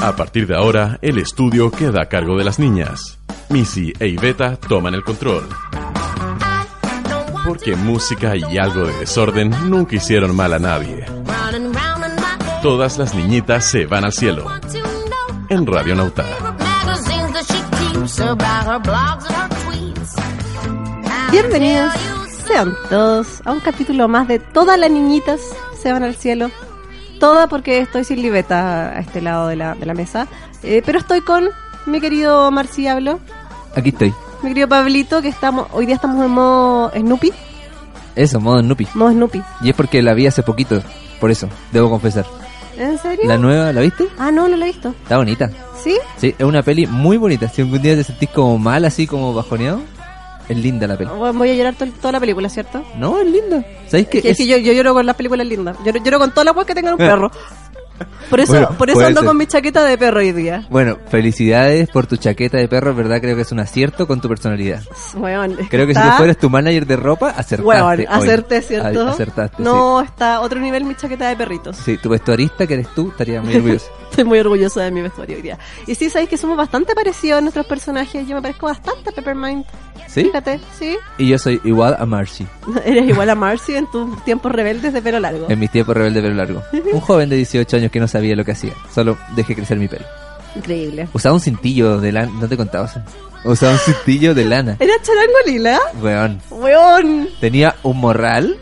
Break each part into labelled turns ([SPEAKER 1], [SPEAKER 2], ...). [SPEAKER 1] A partir de ahora, el estudio queda a cargo de las niñas. Missy e Iveta toman el control. Porque música y algo de desorden nunca hicieron mal a nadie. Todas las niñitas se van al cielo. En Radio Nauta.
[SPEAKER 2] Bienvenidos sean todos a un capítulo más de Todas las niñitas se van al cielo. Toda porque estoy sin libeta a este lado de la, de la mesa. Eh, pero estoy con mi querido Marciablo,
[SPEAKER 3] Aquí estoy.
[SPEAKER 2] mi querido Pablito, que estamos hoy día estamos en modo Snoopy.
[SPEAKER 3] Eso, modo Nupi.
[SPEAKER 2] Modo Snoopy.
[SPEAKER 3] Y es porque la vi hace poquito, por eso, debo confesar.
[SPEAKER 2] ¿En serio?
[SPEAKER 3] La nueva, ¿la viste?
[SPEAKER 2] ah, no, no lo he visto.
[SPEAKER 3] Está bonita.
[SPEAKER 2] ¿Sí?
[SPEAKER 3] Sí, es una peli muy bonita. Si algún día te sentís como mal, así como bajoneado, es linda la peli.
[SPEAKER 2] Bueno, Voy a llorar tol- toda la película, ¿cierto?
[SPEAKER 3] No, es linda. ¿Sabéis
[SPEAKER 2] Que,
[SPEAKER 3] qué? Ah.
[SPEAKER 2] es que yo, yo lloro con las películas lindas. Yo lloro con todas las weas que tengan un perro. Por eso,
[SPEAKER 3] Bueno,
[SPEAKER 2] por eso
[SPEAKER 3] puede
[SPEAKER 2] ando
[SPEAKER 3] ser.
[SPEAKER 2] con mi chaqueta de perro hoy día.
[SPEAKER 3] Bueno, felicidades por tu chaqueta de perro, ¿verdad? Creo que es un acierto con tu personalidad.
[SPEAKER 2] Weón,
[SPEAKER 3] Creo que si
[SPEAKER 2] está-
[SPEAKER 3] tú fueras tu manager de ropa, acertaste.
[SPEAKER 2] Weón,
[SPEAKER 3] hoy.
[SPEAKER 2] acerté, ¿cierto?
[SPEAKER 3] Ay, acertaste,
[SPEAKER 2] No, está a otro nivel mi chaqueta de perritos.
[SPEAKER 3] sí. Sí, tu vestuarista, que eres tú, estaría muy orgulloso.
[SPEAKER 2] Estoy muy orgullosa de mi vestuario hoy día. Y sí, sabéis que somos bastante parecidos a nuestros personajes. Yo me parezco bastante a Peppermint.
[SPEAKER 3] ¿Sí?
[SPEAKER 2] Fíjate, sí.
[SPEAKER 3] Y yo soy igual a Marcy,
[SPEAKER 2] Eres igual a Marcy en tus tiempos rebeldes de pelo largo.
[SPEAKER 3] en mis tiempos rebelde pero largo. Un joven de 18 años que no sabía lo que hacía, solo dejé crecer mi pelo.
[SPEAKER 2] Increíble.
[SPEAKER 3] Usaba un cintillo de lana. ¿No te contaba eso? Usaba un cintillo de lana.
[SPEAKER 2] ¿Era charango lila?
[SPEAKER 3] Weón.
[SPEAKER 2] Weón.
[SPEAKER 3] Tenía un morral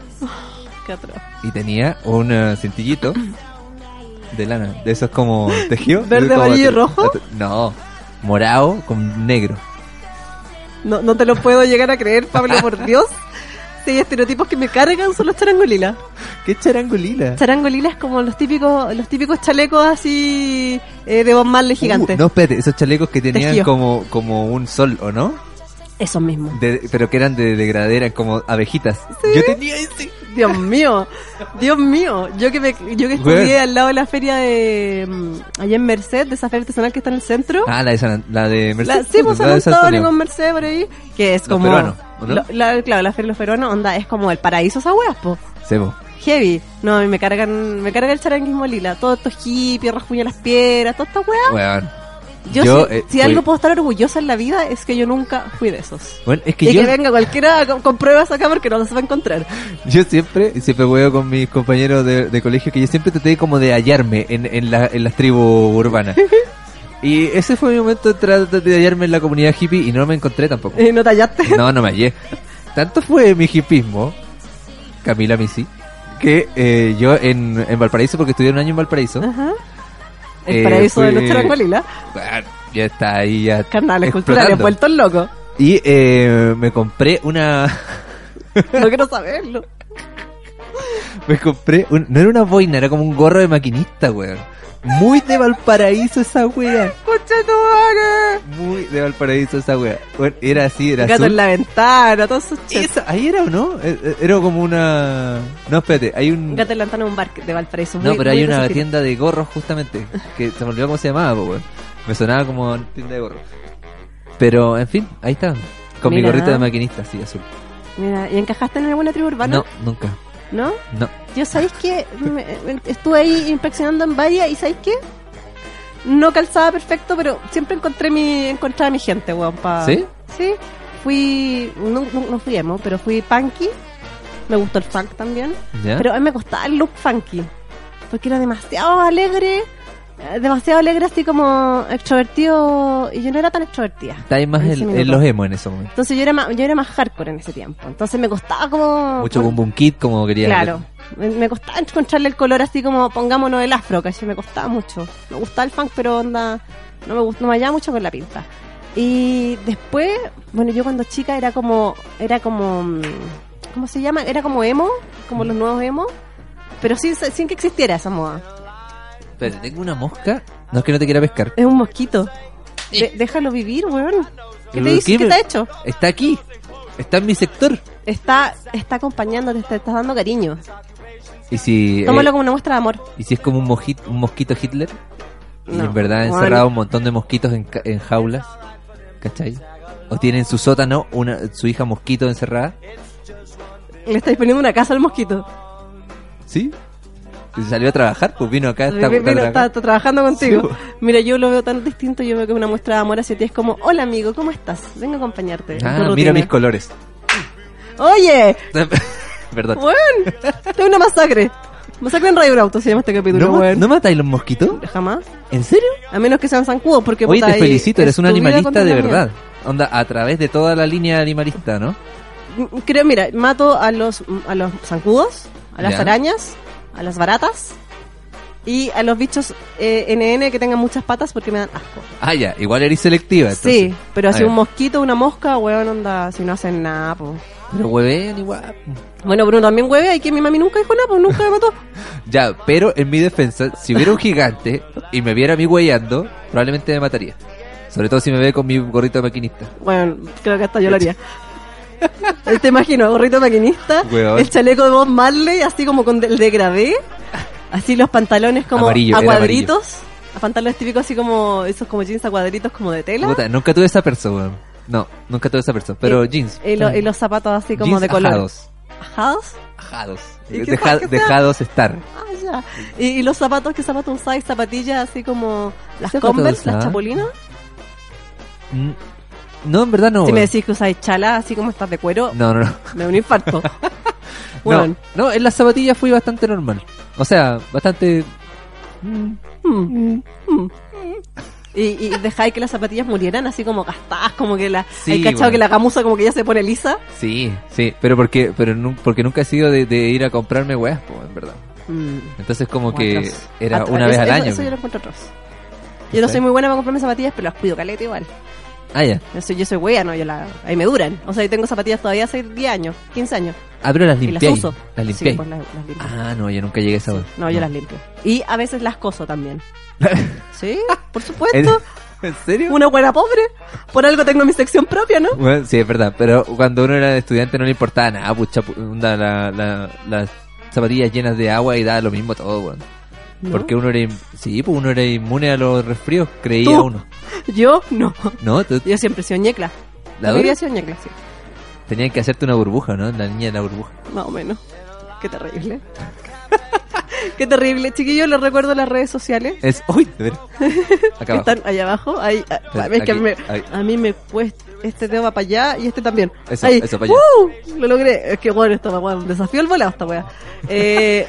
[SPEAKER 2] Qué atroz.
[SPEAKER 3] y tenía un eh, cintillito de lana. De esos como tejido.
[SPEAKER 2] ¿Verde,
[SPEAKER 3] como
[SPEAKER 2] amarillo y
[SPEAKER 3] atu-
[SPEAKER 2] rojo?
[SPEAKER 3] atu- No. Morado con negro.
[SPEAKER 2] No, no te lo puedo llegar a creer, Pablo, por Dios. Sí, hay estereotipos que me cargan son los charangolila.
[SPEAKER 3] ¿Qué charangolila?
[SPEAKER 2] Charangolila es como los típicos, los típicos chalecos así eh, de Bob Marley gigante.
[SPEAKER 3] Uh, no, espérate. Esos chalecos que tenían
[SPEAKER 2] Tejido.
[SPEAKER 3] como, como un sol, ¿o no?
[SPEAKER 2] Esos mismos.
[SPEAKER 3] De- pero que eran de degradera, como abejitas. Yo tenía ese.
[SPEAKER 2] Dios mío, Dios mío. Yo que me, yo que
[SPEAKER 3] Güey.
[SPEAKER 2] estudié al lado de la feria de mm, allá en Merced, de esa feria artesanal que está en el centro.
[SPEAKER 3] Ah, la de, San- la de
[SPEAKER 2] La,
[SPEAKER 3] Mercedes.
[SPEAKER 2] sí, pues
[SPEAKER 3] la de
[SPEAKER 2] San
[SPEAKER 3] San
[SPEAKER 2] Antonio
[SPEAKER 3] Antonio.
[SPEAKER 2] con Merced por ahí, que es
[SPEAKER 3] Los
[SPEAKER 2] como
[SPEAKER 3] peruanos, ¿o no?
[SPEAKER 2] lo- la, claro, la feria de los peruanos, onda, es como el paraíso esa weas, po.
[SPEAKER 3] Sebo.
[SPEAKER 2] ¿Ah? Heavy. No, a mí me cargan, me carga el charanguismo lila, todos estos hippies, rasguña las piedras, todas estas weas.
[SPEAKER 3] Weón.
[SPEAKER 2] Yo,
[SPEAKER 3] Yo,
[SPEAKER 2] si,
[SPEAKER 3] eh,
[SPEAKER 2] si
[SPEAKER 3] fui-
[SPEAKER 2] algo puedo estar orgullosa en la vida es que yo nunca fui de esos.
[SPEAKER 3] Bueno, es que
[SPEAKER 2] Y
[SPEAKER 3] yo,
[SPEAKER 2] que venga cualquiera con, con pruebas acá porque no las va a encontrar.
[SPEAKER 3] yo siempre, siempre juego con mis compañeros de, de colegio que yo siempre traté como de hallarme en, en, la- en las tribus urbanas. y ese fue mi momento de tratar de hallarme en la comunidad hippie y no me encontré tampoco.
[SPEAKER 2] Eh, no tallaste.
[SPEAKER 3] No, no me hallé. Tanto fue mi hippismo, Camila Misi, que eh, yo en, en Valparaíso, porque estudié un año en Valparaíso,
[SPEAKER 2] Ajá. El
[SPEAKER 3] Eh,
[SPEAKER 2] paraíso de
[SPEAKER 3] fui-
[SPEAKER 2] los charangualilas.
[SPEAKER 3] bueno, ya está ahí ya
[SPEAKER 2] Carnales Ah. culturales,
[SPEAKER 3] explotando.
[SPEAKER 2] vueltos locos.
[SPEAKER 3] Y eh, me compré una...
[SPEAKER 2] No quiero saberlo.
[SPEAKER 3] Me compré, un- no era una boina, era como un gorro de maquinista, weón. Muy de Valparaíso esa wea.
[SPEAKER 2] ¡Concha de tu madre!
[SPEAKER 3] Muy de Valparaíso esa wea. Weón, era así, era
[SPEAKER 2] Gato
[SPEAKER 3] azul.
[SPEAKER 2] en la ventana, todos esos chistes.
[SPEAKER 3] Esa- ahí era o no? Eh, eh, Era como una... No, espérate, hay un...
[SPEAKER 2] Gato en la ventana es un bar de Valparaíso.
[SPEAKER 3] No,
[SPEAKER 2] muy-
[SPEAKER 3] pero
[SPEAKER 2] muy
[SPEAKER 3] hay
[SPEAKER 2] de
[SPEAKER 3] una
[SPEAKER 2] ese
[SPEAKER 3] tienda de gorros justamente. Que se me olvidó cómo se llamaba, po, weón. Me sonaba como tienda de gorros. Pero, en fin, ahí está. Con
[SPEAKER 2] Mira.
[SPEAKER 3] mi gorrito de maquinista, sí, azul.
[SPEAKER 2] tipo. Mira, ¿y encajaste en alguna tribu urbana?
[SPEAKER 3] No, nunca.
[SPEAKER 2] ¿No?
[SPEAKER 3] No.
[SPEAKER 2] Yo, ¿sabéis que Estuve ahí inspeccionando en varias y ¿sabéis qué? No calzaba perfecto, pero siempre encontré mi, encontraba a mi gente, weón. Pa...
[SPEAKER 3] ¿Sí?
[SPEAKER 2] Sí. Fui, no, no, no fui emo, pero fui punky. Me gustó el funk también.
[SPEAKER 3] ¿Ya?
[SPEAKER 2] Pero a mí me costaba el look funky. Porque era demasiado alegre. eh, Demasiado alegre, así como extrovertido. Y yo no era tan extrovertida.
[SPEAKER 3] Está ahí más
[SPEAKER 2] en
[SPEAKER 3] el,
[SPEAKER 2] ese
[SPEAKER 3] en
[SPEAKER 2] minuto.
[SPEAKER 3] los emo en ese momento.
[SPEAKER 2] Entonces yo era, más, yo era más hardcore en ese tiempo. Entonces me costaba como.
[SPEAKER 3] Mucho
[SPEAKER 2] por-
[SPEAKER 3] Boom Boom Kid, como quería.
[SPEAKER 2] Claro. Me, me costaba encontrarle el color así como pongámonos el afro, que me costaba mucho. Me gustaba el funk, pero onda. No me, gust- no me hallaba mucho con la pinta. Y después, bueno, yo cuando chica era como. Era como. mm, ¿Cómo se llama? Era como emo, como los nuevos emo. Pero sin, sin que existiera esa moda.
[SPEAKER 3] Espérate, tengo una mosca. No es que no te quiera pescar.
[SPEAKER 2] Es un mosquito. De- déjalo vivir, weón. ¿Qué te dice? ¿Qué
[SPEAKER 3] me-
[SPEAKER 2] te ha hecho?
[SPEAKER 3] Está aquí. Está en mi sector.
[SPEAKER 2] Está, está acompañándote, te estás dando cariño.
[SPEAKER 3] Y si, eh,
[SPEAKER 2] Tómalo como una muestra de amor.
[SPEAKER 3] y si es como un, moji- un mosquito Hitler. Y
[SPEAKER 2] No.
[SPEAKER 3] en verdad ha
[SPEAKER 2] Bueno.
[SPEAKER 3] encerrado un montón de mosquitos en, ca- en jaulas. ¿Cachai? O tiene en su sótano una, su hija mosquito encerrada.
[SPEAKER 2] Le estáis poniendo una casa al mosquito.
[SPEAKER 3] ¿Sí? Y se salió a trabajar, pues vino acá. Está,
[SPEAKER 2] Mira,
[SPEAKER 3] está
[SPEAKER 2] está,
[SPEAKER 3] trabajando.
[SPEAKER 2] está trabajando contigo.
[SPEAKER 3] Sí,
[SPEAKER 2] Mira, yo lo veo tan distinto. Yo veo que es una muestra de amor hacia ti. Es como, hola amigo, ¿cómo estás? Vengo a acompañarte. en tu
[SPEAKER 3] Ah, mira
[SPEAKER 2] rutina".
[SPEAKER 3] mis colores.
[SPEAKER 2] Oye,
[SPEAKER 3] Perdón.
[SPEAKER 2] weón, tengo una masacre. Masacre en Radio Brauto se llama este capítulo,
[SPEAKER 3] ¿No, ma-
[SPEAKER 2] weón.
[SPEAKER 3] no matáis los mosquitos?
[SPEAKER 2] Jamás.
[SPEAKER 3] ¿En serio?
[SPEAKER 2] A menos que sean zancudos, porque
[SPEAKER 3] Oye,
[SPEAKER 2] puta,
[SPEAKER 3] te
[SPEAKER 2] ahí
[SPEAKER 3] felicito,
[SPEAKER 2] es
[SPEAKER 3] eres un
[SPEAKER 2] tu vida
[SPEAKER 3] animalista
[SPEAKER 2] contra
[SPEAKER 3] de
[SPEAKER 2] la mía.
[SPEAKER 3] verdad. Onda, a través de toda la línea animalista, ¿no?
[SPEAKER 2] M- Creo, mira, mato a los, a los zancudos, a las
[SPEAKER 3] Ya.
[SPEAKER 2] arañas, a las baratas y a los bichos eh, NN que tengan muchas patas porque me dan asco.
[SPEAKER 3] Ah, ya, igual eres selectiva.
[SPEAKER 2] Sí,
[SPEAKER 3] entonces.
[SPEAKER 2] pero
[SPEAKER 3] Ah,
[SPEAKER 2] así
[SPEAKER 3] ya.
[SPEAKER 2] un mosquito, una mosca, weón, onda, si no hacen nada, po.
[SPEAKER 3] Pero huevean igual.
[SPEAKER 2] Bueno, Bruno también hueve, y que mi mami nunca dijo nada, pues nunca me mató.
[SPEAKER 3] Ya, pero en mi defensa, si hubiera un gigante y me viera a mí hueveando, probablemente me mataría. Sobre todo si me ve con mi gorrito de maquinista.
[SPEAKER 2] Bueno, creo que hasta yo lo haría. Te imagino, gorrito maquinista,
[SPEAKER 3] Weón.
[SPEAKER 2] el chaleco de Bob Marley, así como con el degradé, así los pantalones como
[SPEAKER 3] Amarillo,
[SPEAKER 2] a
[SPEAKER 3] era
[SPEAKER 2] cuadritos, pantalones típicos así como esos como jeans a cuadritos como de tela.
[SPEAKER 3] Puta, nunca tuve esa persona, weón. No, nunca tuve esa persona. Pero
[SPEAKER 2] Y-
[SPEAKER 3] jeans.
[SPEAKER 2] Y, Eh, lo- y los zapatos así como
[SPEAKER 3] jeans
[SPEAKER 2] de color.
[SPEAKER 3] ajados.
[SPEAKER 2] ¿Ajados?
[SPEAKER 3] Ajados.
[SPEAKER 2] ¿Y qué
[SPEAKER 3] Deja-
[SPEAKER 2] tal que sea?
[SPEAKER 3] dejados estar.
[SPEAKER 2] Ah, ya. Y, y los zapatos, ¿qué zapatos usáis? Zapatillas así como las
[SPEAKER 3] Zapatos
[SPEAKER 2] Converse,
[SPEAKER 3] usaba.
[SPEAKER 2] las chapulinas.
[SPEAKER 3] Mm, No, en verdad no.
[SPEAKER 2] Si me
[SPEAKER 3] weón.
[SPEAKER 2] decís que usáis chalas así como estas de cuero,
[SPEAKER 3] No, no, no.
[SPEAKER 2] me da un infarto.
[SPEAKER 3] No,
[SPEAKER 2] Weón.
[SPEAKER 3] no, en las zapatillas fui bastante normal. O sea, bastante. mm,
[SPEAKER 2] Mm, mm. Y, y dejáis que las zapatillas murieran así como gastadas, como que la...
[SPEAKER 3] Sí,
[SPEAKER 2] hay cachado
[SPEAKER 3] bueno.
[SPEAKER 2] que la gamuza como que ya se pone lisa.
[SPEAKER 3] Sí, sí, pero porque, pero nu- porque nunca he sido de, de ir a comprarme weas, po, en verdad.
[SPEAKER 2] Mm.
[SPEAKER 3] Entonces, como que
[SPEAKER 2] Atroz.
[SPEAKER 3] era
[SPEAKER 2] Atroz.
[SPEAKER 3] una vez
[SPEAKER 2] Eso-
[SPEAKER 3] al
[SPEAKER 2] eso-
[SPEAKER 3] año.
[SPEAKER 2] Eso yo lo encuentro atroz. Yo no
[SPEAKER 3] ¿Sí?
[SPEAKER 2] soy muy buena para comprarme zapatillas, pero las cuido caleta igual.
[SPEAKER 3] Ah, ya.
[SPEAKER 2] Yo soy, yo soy wea, no, yo la, ahí me duran. O sea, yo tengo zapatillas todavía hace 10 años, 15 años.
[SPEAKER 3] Ah, pero las
[SPEAKER 2] Y las
[SPEAKER 3] limpié.
[SPEAKER 2] uso.
[SPEAKER 3] Las
[SPEAKER 2] Sí,
[SPEAKER 3] limpié.
[SPEAKER 2] pues las, las limpio.
[SPEAKER 3] Ah, no, yo nunca llegué a esa wea.
[SPEAKER 2] No, yo las limpio. Y a veces las coso también. sí, por supuesto.
[SPEAKER 3] ¿En serio?
[SPEAKER 2] Una buena pobre. Por algo tengo mi sección propia, ¿no?
[SPEAKER 3] Bueno, sí, es verdad, pero cuando uno era estudiante no le importaba nada, pucha, pu- onda, la- la- las zapatillas llenas de agua y daba lo mismo todo, weón.
[SPEAKER 2] ¿No?
[SPEAKER 3] Porque uno era, in- sí, pues uno era inmune a los resfríos, creía
[SPEAKER 2] Tú.
[SPEAKER 3] uno.
[SPEAKER 2] Yo no.
[SPEAKER 3] No, tú-
[SPEAKER 2] Yo siempre he sido ñecla.
[SPEAKER 3] ¿La
[SPEAKER 2] Yo
[SPEAKER 3] dura?
[SPEAKER 2] he sido ñecla, sí.
[SPEAKER 3] tenían que hacerte una burbuja, ¿no? La niña de la burbuja.
[SPEAKER 2] Más o menos. Qué terrible. Qué terrible. Chiquillos, les recuerdo las redes sociales.
[SPEAKER 3] Es, uy, de ver.
[SPEAKER 2] que
[SPEAKER 3] Acá abajo.
[SPEAKER 2] están allá abajo. Ahí, ah,
[SPEAKER 3] Pero
[SPEAKER 2] es que a
[SPEAKER 3] aquí,
[SPEAKER 2] mí, me-
[SPEAKER 3] ahí.
[SPEAKER 2] a mí me cuesta. Este dedo va para allá y este también.
[SPEAKER 3] Eso,
[SPEAKER 2] Ahí.
[SPEAKER 3] eso, para allá.
[SPEAKER 2] ¡Uh! Lo logré. Es que bueno, esta weá, un desafío el volado esta weá. Eh,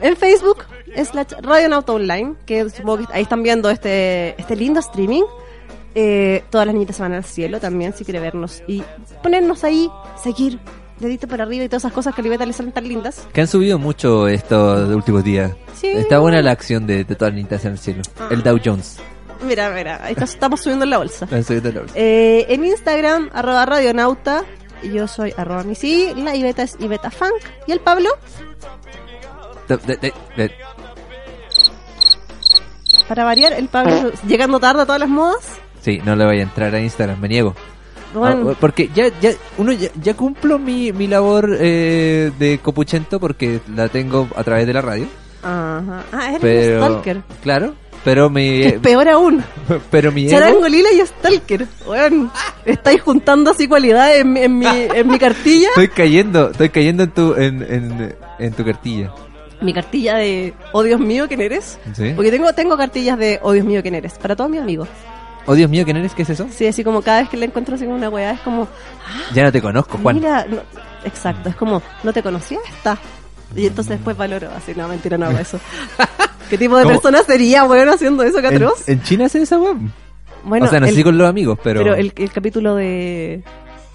[SPEAKER 2] en Facebook, slash Radio Nauta Online, que supongo que ahí están viendo este, este lindo streaming. Eh, todas las niñitas se van al cielo también, si quiere vernos. Y ponernos ahí, seguir, dedito para arriba y todas esas cosas que a Libeta le salen tan lindas.
[SPEAKER 3] Que han subido mucho estos últimos días.
[SPEAKER 2] Sí. Ah.
[SPEAKER 3] Está buena la acción de, de todas las niñas en el cielo. El Dow Jones.
[SPEAKER 2] Mira, mira, ahí está- estamos subiendo en la bolsa.
[SPEAKER 3] La han subido la bolsa.
[SPEAKER 2] Eh, en Instagram, arroba radionauta. y Yo soy arroba misi. La Iveta es Iveta Funk. Y el Pablo,
[SPEAKER 3] De- de- de- de-
[SPEAKER 2] para variar, el Pablo
[SPEAKER 3] Ah.
[SPEAKER 2] llegando tarde a todas las modas.
[SPEAKER 3] Sí, no le voy a entrar a Instagram, me niego.
[SPEAKER 2] Bueno,
[SPEAKER 3] Ah, porque ya, ya, uno ya, ya cumplo mi, mi labor eh, de copuchento porque la tengo a través de la radio.
[SPEAKER 2] ajá. Ah, eres
[SPEAKER 3] Pero,
[SPEAKER 2] un stalker.
[SPEAKER 3] claro, pero mi,
[SPEAKER 2] Que es peor aún.
[SPEAKER 3] pero mi ego,
[SPEAKER 2] Charangolila y stalker. Bueno, estáis juntando así cualidades en, mi- en mi, en mi cartilla.
[SPEAKER 3] estoy cayendo, estoy cayendo en tu, en, en, en tu cartilla.
[SPEAKER 2] Mi cartilla de, oh Dios mío, ¿quién eres?
[SPEAKER 3] ¿Sí?
[SPEAKER 2] Porque tengo, tengo cartillas de, oh Dios mío, ¿quién eres? Para todos mis amigos.
[SPEAKER 3] Oh Dios mío, ¿quién eres? ¿Qué es eso?
[SPEAKER 2] Sí, así como cada vez que le encuentro así como una weá, es como,
[SPEAKER 3] Ya no te conozco, Juan.
[SPEAKER 2] Mira, no- exacto, es como, no te conocía esta. Y entonces después valoro, así, no, mentira, no hago eso. ¿Qué tipo de
[SPEAKER 3] ¿Cómo?
[SPEAKER 2] persona sería, weón, haciendo eso, qué
[SPEAKER 3] ¿En,
[SPEAKER 2] atroz?
[SPEAKER 3] en China hace esa web?
[SPEAKER 2] Bueno,
[SPEAKER 3] o sea, no
[SPEAKER 2] el-
[SPEAKER 3] sé si con los amigos, pero,
[SPEAKER 2] pero, el, el capítulo de,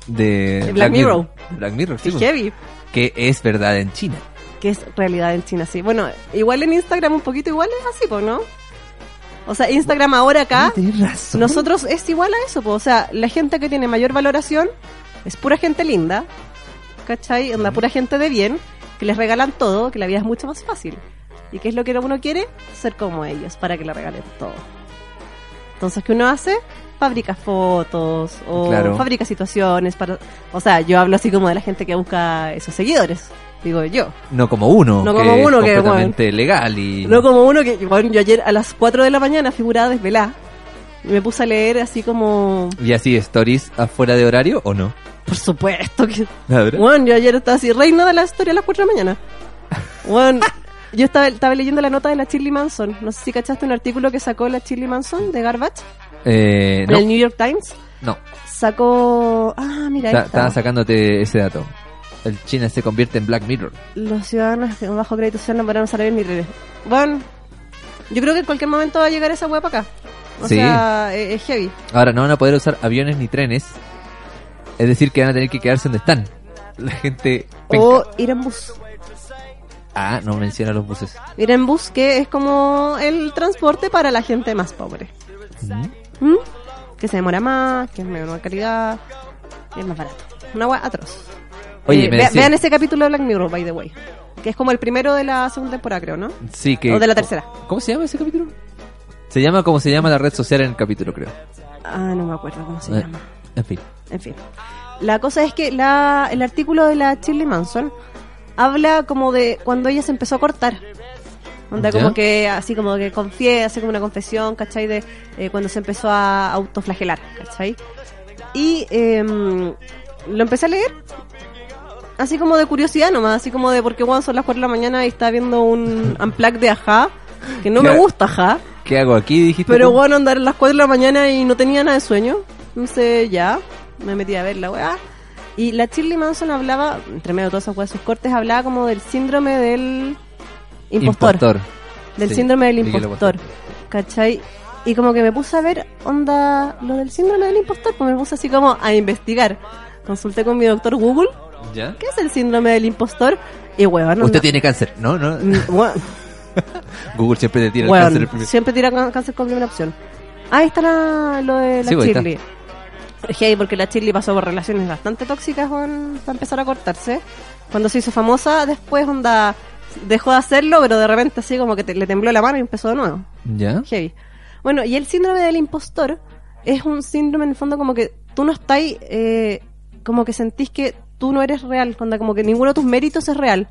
[SPEAKER 3] de
[SPEAKER 2] de Black Mirror.
[SPEAKER 3] De Black Mirror, sí, pues.
[SPEAKER 2] de Heavy,
[SPEAKER 3] que es verdad en China.
[SPEAKER 2] que es realidad en China, sí. Bueno, igual en Instagram un poquito igual es así, pues, ¿no? O sea, Instagram ahora acá,
[SPEAKER 3] Tienes razón.
[SPEAKER 2] nosotros es igual a eso, pues. O sea, la gente que tiene mayor valoración es pura gente linda, ¿cachai? Onda, pura gente de bien, que les regalan todo, que la vida es mucho más fácil. ¿Y qué es lo que uno quiere? Ser como ellos, para que le regalen todo. Entonces, ¿qué uno hace? Fabrica fotos o
[SPEAKER 3] Claro.
[SPEAKER 2] fabrica situaciones. para O sea, yo hablo así como de la gente que busca esos seguidores. Digo yo.
[SPEAKER 3] No como uno,
[SPEAKER 2] No como uno,
[SPEAKER 3] es
[SPEAKER 2] que,
[SPEAKER 3] completamente legal y...
[SPEAKER 2] No como uno que, bueno, yo ayer a las 4 de la mañana figuraba desvelada. Y me puse a leer así como,
[SPEAKER 3] ¿Y así stories afuera de horario o no?
[SPEAKER 2] por supuesto que...
[SPEAKER 3] La verdad.
[SPEAKER 2] Bueno, yo ayer estaba así, reina de la historia a las 4 de la mañana. Bueno, yo estaba, estaba leyendo la nota de la Shirley Manson. No sé si cachaste un artículo que sacó la Shirley Manson de Garbage
[SPEAKER 3] Eh,
[SPEAKER 2] en
[SPEAKER 3] no,
[SPEAKER 2] el New York Times.
[SPEAKER 3] no.
[SPEAKER 2] Sacó... Ah, mira, ahí está.
[SPEAKER 3] Está- Estaba sacándote ese dato. El China se convierte en Black Mirror.
[SPEAKER 2] Los ciudadanos con bajo crédito social no podrán salir ni redes. Bueno, yo creo que en cualquier momento va a llegar esa web para acá. O
[SPEAKER 3] Sí.
[SPEAKER 2] sea, eh, es- es heavy.
[SPEAKER 3] Ahora no van a poder usar aviones ni trenes. Es decir, que van a tener que quedarse donde están. La gente... penca.
[SPEAKER 2] O ir en bus.
[SPEAKER 3] Ah, no menciona los buses.
[SPEAKER 2] Ir en bus, que es como el transporte para la gente más pobre. ¿Mm? Que se demora más, que es menor calidad, que es más barato. Una agua atroz.
[SPEAKER 3] Oye,
[SPEAKER 2] Eh,
[SPEAKER 3] me
[SPEAKER 2] vea-
[SPEAKER 3] decía-
[SPEAKER 2] vean ese capítulo de Black Mirror, by the way. Que es como el primero de la segunda temporada, creo, ¿no?
[SPEAKER 3] Sí, que...
[SPEAKER 2] O de la tercera.
[SPEAKER 3] ¿Cómo se llama ese capítulo? Se llama como se llama la red social en el capítulo, creo.
[SPEAKER 2] Ah, no me acuerdo cómo se
[SPEAKER 3] Eh,
[SPEAKER 2] llama.
[SPEAKER 3] En fin.
[SPEAKER 2] En fin. La cosa es que la, el artículo de la Shirley Manson habla como de cuando ella se empezó a cortar. Onda
[SPEAKER 3] ¿Ya?
[SPEAKER 2] como que, así como que confié, hace como una confesión, ¿cachai? De eh, cuando se empezó a autoflagelar, ¿cachai? Y em, lo empecé a leer, así como de curiosidad nomás, así como de porque Juan son las 4 de la mañana y está viendo un unplug de ajá, que no me
[SPEAKER 3] Claro.
[SPEAKER 2] gusta ajá.
[SPEAKER 3] ¿Qué hago aquí? Dijiste.
[SPEAKER 2] Pero
[SPEAKER 3] tú?
[SPEAKER 2] bueno, andar a las 4 de la mañana y no tenía nada de sueño. Entonces ya, me metí a ver la weá. Y la Shirley Manson hablaba, entre medio de todas esas weas, sus cortes, hablaba como del síndrome del impostor. Del
[SPEAKER 3] Sí,
[SPEAKER 2] síndrome del
[SPEAKER 3] vi que lo
[SPEAKER 2] impostor. ¿Cachai? Y como que me puse a ver, onda, lo del síndrome del impostor, pues me puse así como a investigar. Consulté con mi doctor Google,
[SPEAKER 3] ¿Ya?
[SPEAKER 2] ¿qué es el síndrome del impostor? Y weón,
[SPEAKER 3] Usted
[SPEAKER 2] onda- mm,
[SPEAKER 3] tiene cáncer, ¿no? ¿No?
[SPEAKER 2] Weón,
[SPEAKER 3] Google siempre te tira
[SPEAKER 2] Weón,
[SPEAKER 3] el cáncer el primero.
[SPEAKER 2] siempre tira can- cáncer con primera opción. Ah, Ahí está la- lo de la
[SPEAKER 3] Sí, pues,
[SPEAKER 2] Shirley. Hey, porque la Shirley pasó por relaciones bastante tóxicas weón, para empezar a cortarse. Cuando se hizo famosa, después onda dejó de hacerlo, pero de repente así como que te- le tembló la mano y empezó de nuevo.
[SPEAKER 3] ¿Ya?
[SPEAKER 2] Heavy. Bueno, y el síndrome del impostor es un síndrome en el fondo como que tú no estás, eh, como que sentís que tú no eres real, cuando como que ninguno de tus méritos es real.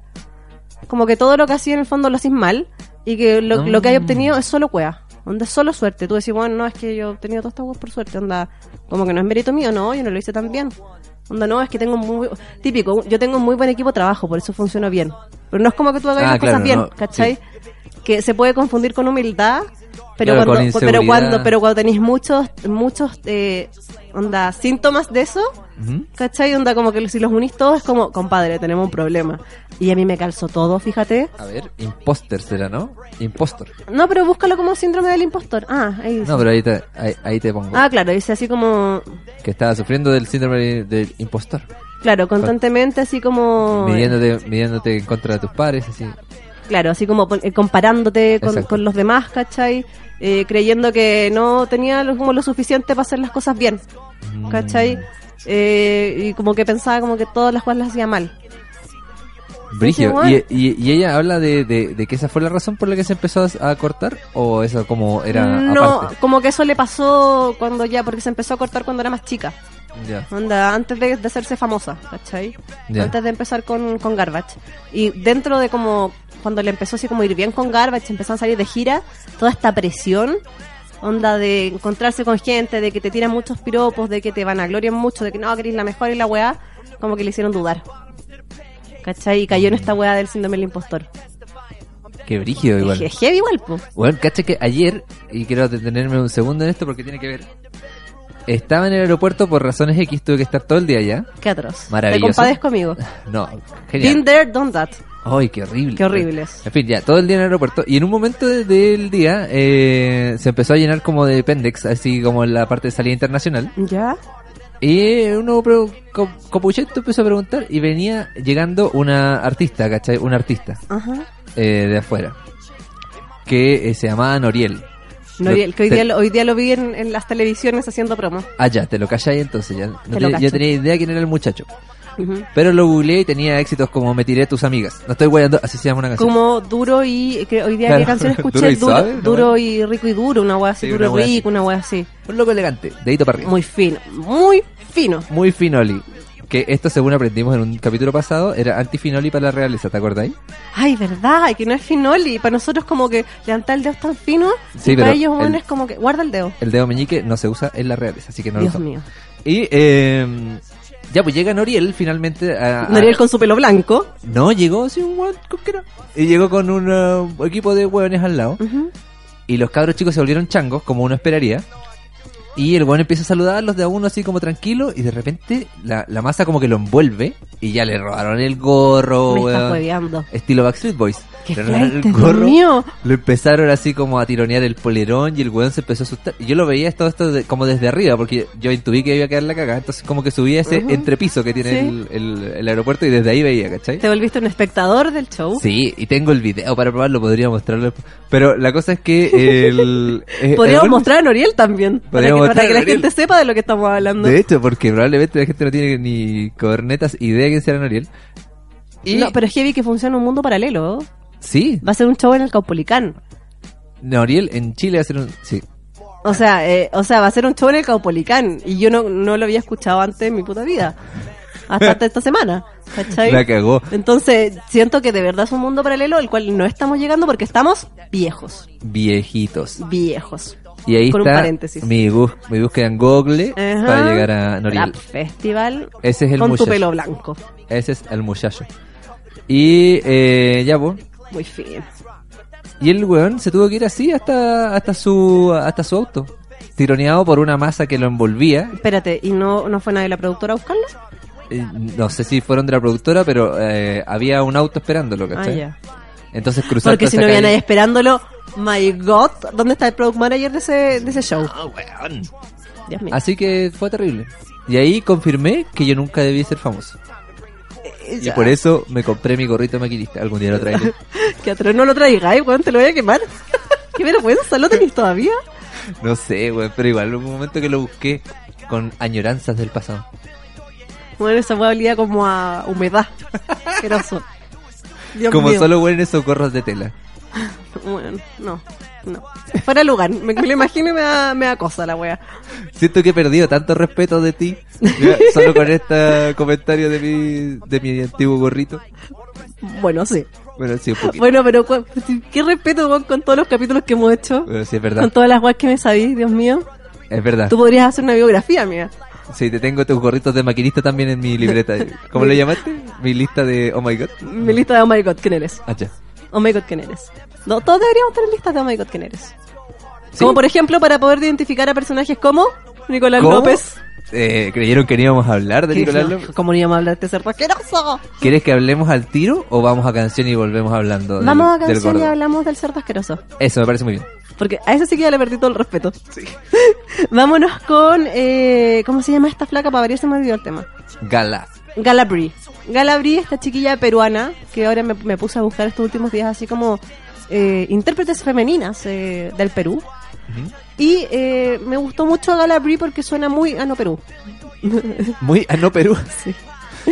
[SPEAKER 2] Como que todo lo que hacías en el fondo lo haces mal y que lo, lo que hay
[SPEAKER 3] Ah.
[SPEAKER 2] obtenido es solo cueva. Onda es solo suerte. Tú decís, bueno, no, es que yo he obtenido todas estas cosas por suerte. Onda, como que no es mérito mío, no, yo no lo hice tan bien. Onda, no, es que tengo muy. Típico, yo tengo un muy buen equipo de trabajo, por eso funciono bien. Pero no es como que tú hagas
[SPEAKER 3] Ah,
[SPEAKER 2] las
[SPEAKER 3] claro,
[SPEAKER 2] cosas bien,
[SPEAKER 3] no,
[SPEAKER 2] ¿cachai?
[SPEAKER 3] sí.
[SPEAKER 2] que se puede confundir con humildad, pero
[SPEAKER 3] Claro,
[SPEAKER 2] cuando,
[SPEAKER 3] con
[SPEAKER 2] pero
[SPEAKER 3] inseguridad.
[SPEAKER 2] cuando, pero cuando tenéis muchos, muchos eh, onda, síntomas de eso,
[SPEAKER 3] Ujú.
[SPEAKER 2] ¿cachai? Onda como que si los unís todos es como, compadre, tenemos un problema. Y a mí me calzó todo, fíjate.
[SPEAKER 3] A ver, imposter será, ¿no? Impostor.
[SPEAKER 2] No, pero búscalo como síndrome del impostor. Ah, ahí dice.
[SPEAKER 3] No, pero ahí te, ahí, ahí te pongo.
[SPEAKER 2] Ah, claro, dice así como,
[SPEAKER 3] Que estaba sufriendo del síndrome de- del impostor.
[SPEAKER 2] claro, constantemente así como...
[SPEAKER 3] Midiéndote, midiéndote en contra de tus pares, así.
[SPEAKER 2] Claro, así como pon- eh, comparándote con,
[SPEAKER 3] Exacto.
[SPEAKER 2] con los demás, ¿cachai? Eh, creyendo que no tenía lo- como lo suficiente para hacer las cosas bien,
[SPEAKER 3] Mm.
[SPEAKER 2] ¿cachai? Eh, y como que pensaba como que todas las cosas las hacía mal.
[SPEAKER 3] Brigio.
[SPEAKER 2] Pues igual.
[SPEAKER 3] ¿Y, y, y ella habla de, de, de que esa fue la razón por la que se empezó a, a cortar? ¿O eso como era
[SPEAKER 2] no,
[SPEAKER 3] aparte?
[SPEAKER 2] como que eso le pasó cuando ya, porque se empezó a cortar cuando era más chica.
[SPEAKER 3] Ya.
[SPEAKER 2] Onda, antes de, de hacerse famosa, ¿cachai?
[SPEAKER 3] Ya.
[SPEAKER 2] Antes de empezar con, con Garbage. Y dentro de como, cuando le empezó así como ir bien con Garbage, empezaron a salir de gira, toda esta presión, onda de encontrarse con gente, de que te tiran muchos piropos, de que te van vanaglorian mucho, de que no, que eres la mejor y la weá, como que le hicieron dudar. ¿Cachai? Y
[SPEAKER 3] Mm.
[SPEAKER 2] cayó en esta weá del síndrome del impostor.
[SPEAKER 3] Qué brígido igual.
[SPEAKER 2] Es heavy igual, po.
[SPEAKER 3] Bueno, cacha que ayer, y quiero detenerme un segundo en esto porque tiene que ver. Estaba en el aeropuerto por razones X, tuve que estar todo el día allá.
[SPEAKER 2] Qué atroz.
[SPEAKER 3] Maravilloso.
[SPEAKER 2] Te compadezco, amigo.
[SPEAKER 3] No,
[SPEAKER 2] Been
[SPEAKER 3] genial.
[SPEAKER 2] there, done that.
[SPEAKER 3] ¡Ay, qué horrible!
[SPEAKER 2] Qué horribles.
[SPEAKER 3] En fin, ya, todo el día en el aeropuerto. Y en un momento de- del día eh, se empezó a llenar como de pendex, así como en la parte de salida internacional.
[SPEAKER 2] ¿Ya?
[SPEAKER 3] Y uno pro- co- copuchento empezó a preguntar y venía llegando una artista, ¿cachai? Una artista
[SPEAKER 2] Ajá.
[SPEAKER 3] eh, de afuera que eh, se llamaba Noriel.
[SPEAKER 2] No,
[SPEAKER 3] Lo-
[SPEAKER 2] hoy, día- que hoy,
[SPEAKER 3] te-
[SPEAKER 2] día, lo- hoy día lo vi en, en las televisiones haciendo promo.
[SPEAKER 3] Ah, ya, te lo calláis entonces. Ya, no
[SPEAKER 2] Te lo
[SPEAKER 3] tenía-
[SPEAKER 2] cacho.
[SPEAKER 3] ya tenía idea quién era el muchacho.
[SPEAKER 2] Ujú.
[SPEAKER 3] Pero lo googleé y tenía éxitos como Me tiré a tus amigas. No estoy guayando, así se llama una canción.
[SPEAKER 2] Como duro y. Que hoy día,
[SPEAKER 3] Claro.
[SPEAKER 2] ¿qué canción escuché?
[SPEAKER 3] Duro y
[SPEAKER 2] duro,
[SPEAKER 3] suave, ¿no?
[SPEAKER 2] Duro y rico y duro, una wea así,
[SPEAKER 3] Sí,
[SPEAKER 2] duro
[SPEAKER 3] una wea
[SPEAKER 2] y rico,
[SPEAKER 3] así.
[SPEAKER 2] una wea así.
[SPEAKER 3] Un loco elegante, dedito para arriba.
[SPEAKER 2] Muy fino, muy fino.
[SPEAKER 3] Muy finoli. Que esto, según aprendimos en un capítulo pasado, era antifinoli para la realeza, ¿te acordáis?
[SPEAKER 2] Ay, verdad, que no es finoli. Para nosotros, como que levantar el dedo es tan fino.
[SPEAKER 3] Sí,
[SPEAKER 2] y para
[SPEAKER 3] pero
[SPEAKER 2] ellos,
[SPEAKER 3] el-
[SPEAKER 2] bueno, es como que guarda el dedo.
[SPEAKER 3] El dedo meñique no se usa en la realeza, así que no
[SPEAKER 2] Dios
[SPEAKER 3] lo usamos.
[SPEAKER 2] mío.
[SPEAKER 3] Y eh, ya, pues llega Noriel finalmente a... a-
[SPEAKER 2] Noriel con su pelo blanco.
[SPEAKER 3] No, llegó, sí, un weón cualquiera. Y llegó con un eh, equipo de hueones al lado.
[SPEAKER 2] Ujú.
[SPEAKER 3] Y los cabros chicos se volvieron changos, como uno esperaría. Y el weón empieza a saludarlos de a uno así como tranquilo. Y de repente la, la masa como que lo envuelve. Y ya le robaron el gorro,
[SPEAKER 2] Me está
[SPEAKER 3] Oh, weón.
[SPEAKER 2] hueveando.
[SPEAKER 3] Estilo Backstreet Boys.
[SPEAKER 2] ¡Qué
[SPEAKER 3] Le robaron
[SPEAKER 2] flight, Dios mío!
[SPEAKER 3] Lo empezaron así como a tironear el polerón. Y el weón se empezó a asustar. Y yo lo veía todo esto de- como desde arriba. Porque yo intuí que iba a quedar la cagada. Entonces como que subía ese
[SPEAKER 2] Ujú.
[SPEAKER 3] entrepiso que tiene
[SPEAKER 2] Sí.
[SPEAKER 3] el, el- el aeropuerto. Y desde ahí veía, ¿cachai?
[SPEAKER 2] Te volviste un espectador del show.
[SPEAKER 3] Sí, y tengo el video para probarlo, podría mostrarlo. después. Pero la cosa es que el... eh,
[SPEAKER 2] Podríamos
[SPEAKER 3] el-
[SPEAKER 2] mostrar a Noriel también. Para que,
[SPEAKER 3] Podríamos
[SPEAKER 2] para
[SPEAKER 3] mostrar
[SPEAKER 2] que
[SPEAKER 3] a
[SPEAKER 2] la
[SPEAKER 3] Noriel.
[SPEAKER 2] gente sepa de lo que estamos hablando.
[SPEAKER 3] De hecho, porque probablemente la gente no tiene ni cornetas idea de quién será Noriel. Y...
[SPEAKER 2] No, pero es heavy que funciona un mundo paralelo.
[SPEAKER 3] Sí,
[SPEAKER 2] Va a ser un show en el Caupolicán.
[SPEAKER 3] Noriel en Chile va a ser un... Sí.
[SPEAKER 2] O sea, eh, o sea, va a ser un show en el Caupolicán. Y yo no, no lo había escuchado antes en mi puta vida. Hasta, hasta esta semana. ¿Cachai?
[SPEAKER 3] La cagó.
[SPEAKER 2] Entonces, siento que de verdad es un mundo paralelo al cual no estamos llegando porque estamos viejos.
[SPEAKER 3] Viejitos.
[SPEAKER 2] Viejos.
[SPEAKER 3] Y ahí
[SPEAKER 2] Con un
[SPEAKER 3] está
[SPEAKER 2] paréntesis.
[SPEAKER 3] mi, bus- mi búsqueda en Google
[SPEAKER 2] Ajá.
[SPEAKER 3] para llegar a Noriel.
[SPEAKER 2] Rap Festival.
[SPEAKER 3] Ese es el
[SPEAKER 2] Con
[SPEAKER 3] muchacho.
[SPEAKER 2] tu pelo blanco.
[SPEAKER 3] Ese es el muchacho. Y eh, ya, pues.
[SPEAKER 2] Muy fino.
[SPEAKER 3] Y el weón se tuvo que ir así hasta, hasta su hasta su auto, tironeado por una masa que lo envolvía.
[SPEAKER 2] Espérate, ¿y no, no fue nadie de la productora a buscarlo?
[SPEAKER 3] Eh, No sé si fueron de la productora, pero eh, había un auto esperándolo,
[SPEAKER 2] Ah,
[SPEAKER 3] ¿cachai?
[SPEAKER 2] ya.
[SPEAKER 3] Entonces cruzaron
[SPEAKER 2] Porque si no había nadie esperándolo, my god, ¿dónde está el product manager de ese, de ese show?
[SPEAKER 3] Ah,
[SPEAKER 2] Dios mío.
[SPEAKER 3] Así que fue terrible. Y ahí confirmé que yo nunca debí ser famoso.
[SPEAKER 2] Eh,
[SPEAKER 3] Y por eso me compré mi gorrito de maquinista. Algún día lo traeré.
[SPEAKER 2] Que atrás no lo traigáis, weón, te lo voy a quemar. Qué vergüenza, ¿lo tenéis todavía?
[SPEAKER 3] No sé, weón, pero igual hubo un momento que lo busqué con añoranzas del pasado.
[SPEAKER 2] Bueno, esa weá olía como a humedad. Asqueroso. Dios
[SPEAKER 3] Como
[SPEAKER 2] mío.
[SPEAKER 3] solo huelen esos gorros de tela.
[SPEAKER 2] Bueno, no, no. Fuera de lugar, me, me lo imagino y me da, me da cosa la wea.
[SPEAKER 3] Siento que he perdido tanto respeto de ti ya, solo con este comentario de mi, de mi antiguo gorrito.
[SPEAKER 2] Bueno, sí.
[SPEAKER 3] Bueno, sí, un poquito.
[SPEAKER 2] Bueno, pero cu- qué respeto weón, con todos los capítulos que hemos hecho.
[SPEAKER 3] Bueno, sí, es
[SPEAKER 2] Con
[SPEAKER 3] verdad. Ah.
[SPEAKER 2] todas las weas que me sabí, Dios mío.
[SPEAKER 3] Es verdad.
[SPEAKER 2] Tú podrías hacer una biografía, amiga.
[SPEAKER 3] Sí, te tengo tus gorritos de maquinista también en mi libreta. ¿Cómo le llamaste? Mi lista de Oh My God.
[SPEAKER 2] Mi lista de Oh My God, ¿quién eres?
[SPEAKER 3] Ah, ya.
[SPEAKER 2] Oh My God, ¿quién eres? No, todos deberíamos tener listas de Oh My God, ¿quién eres? Como por ejemplo para poder identificar a personajes como Nicolás
[SPEAKER 3] ¿Cómo?
[SPEAKER 2] López.
[SPEAKER 3] Eh, creyeron que no íbamos a hablar de
[SPEAKER 2] Que
[SPEAKER 3] Nicolás
[SPEAKER 2] no,
[SPEAKER 3] López.
[SPEAKER 2] ¿Cómo no íbamos a hablar de este ser asqueroso?
[SPEAKER 3] ¿Quieres que hablemos al tiro o vamos a canción y volvemos hablando del-
[SPEAKER 2] Vamos a
[SPEAKER 3] del
[SPEAKER 2] canción y
[SPEAKER 3] gordo?
[SPEAKER 2] hablamos del ser asqueroso.
[SPEAKER 3] Eso me parece muy bien.
[SPEAKER 2] Porque a eso sí que ya le perdí todo el respeto. Vámonos con. Eh, ¿Cómo se llama esta flaca? Para variar se me olvidó el tema.
[SPEAKER 3] Gala.
[SPEAKER 2] Galabri. Galabri, esta chiquilla peruana que ahora me, me puse a buscar estos últimos días, así como eh, intérpretes femeninas eh, del Perú. Y eh, me gustó mucho Galabri porque suena muy. Ah, no, Perú.
[SPEAKER 3] Muy, ah, no Perú.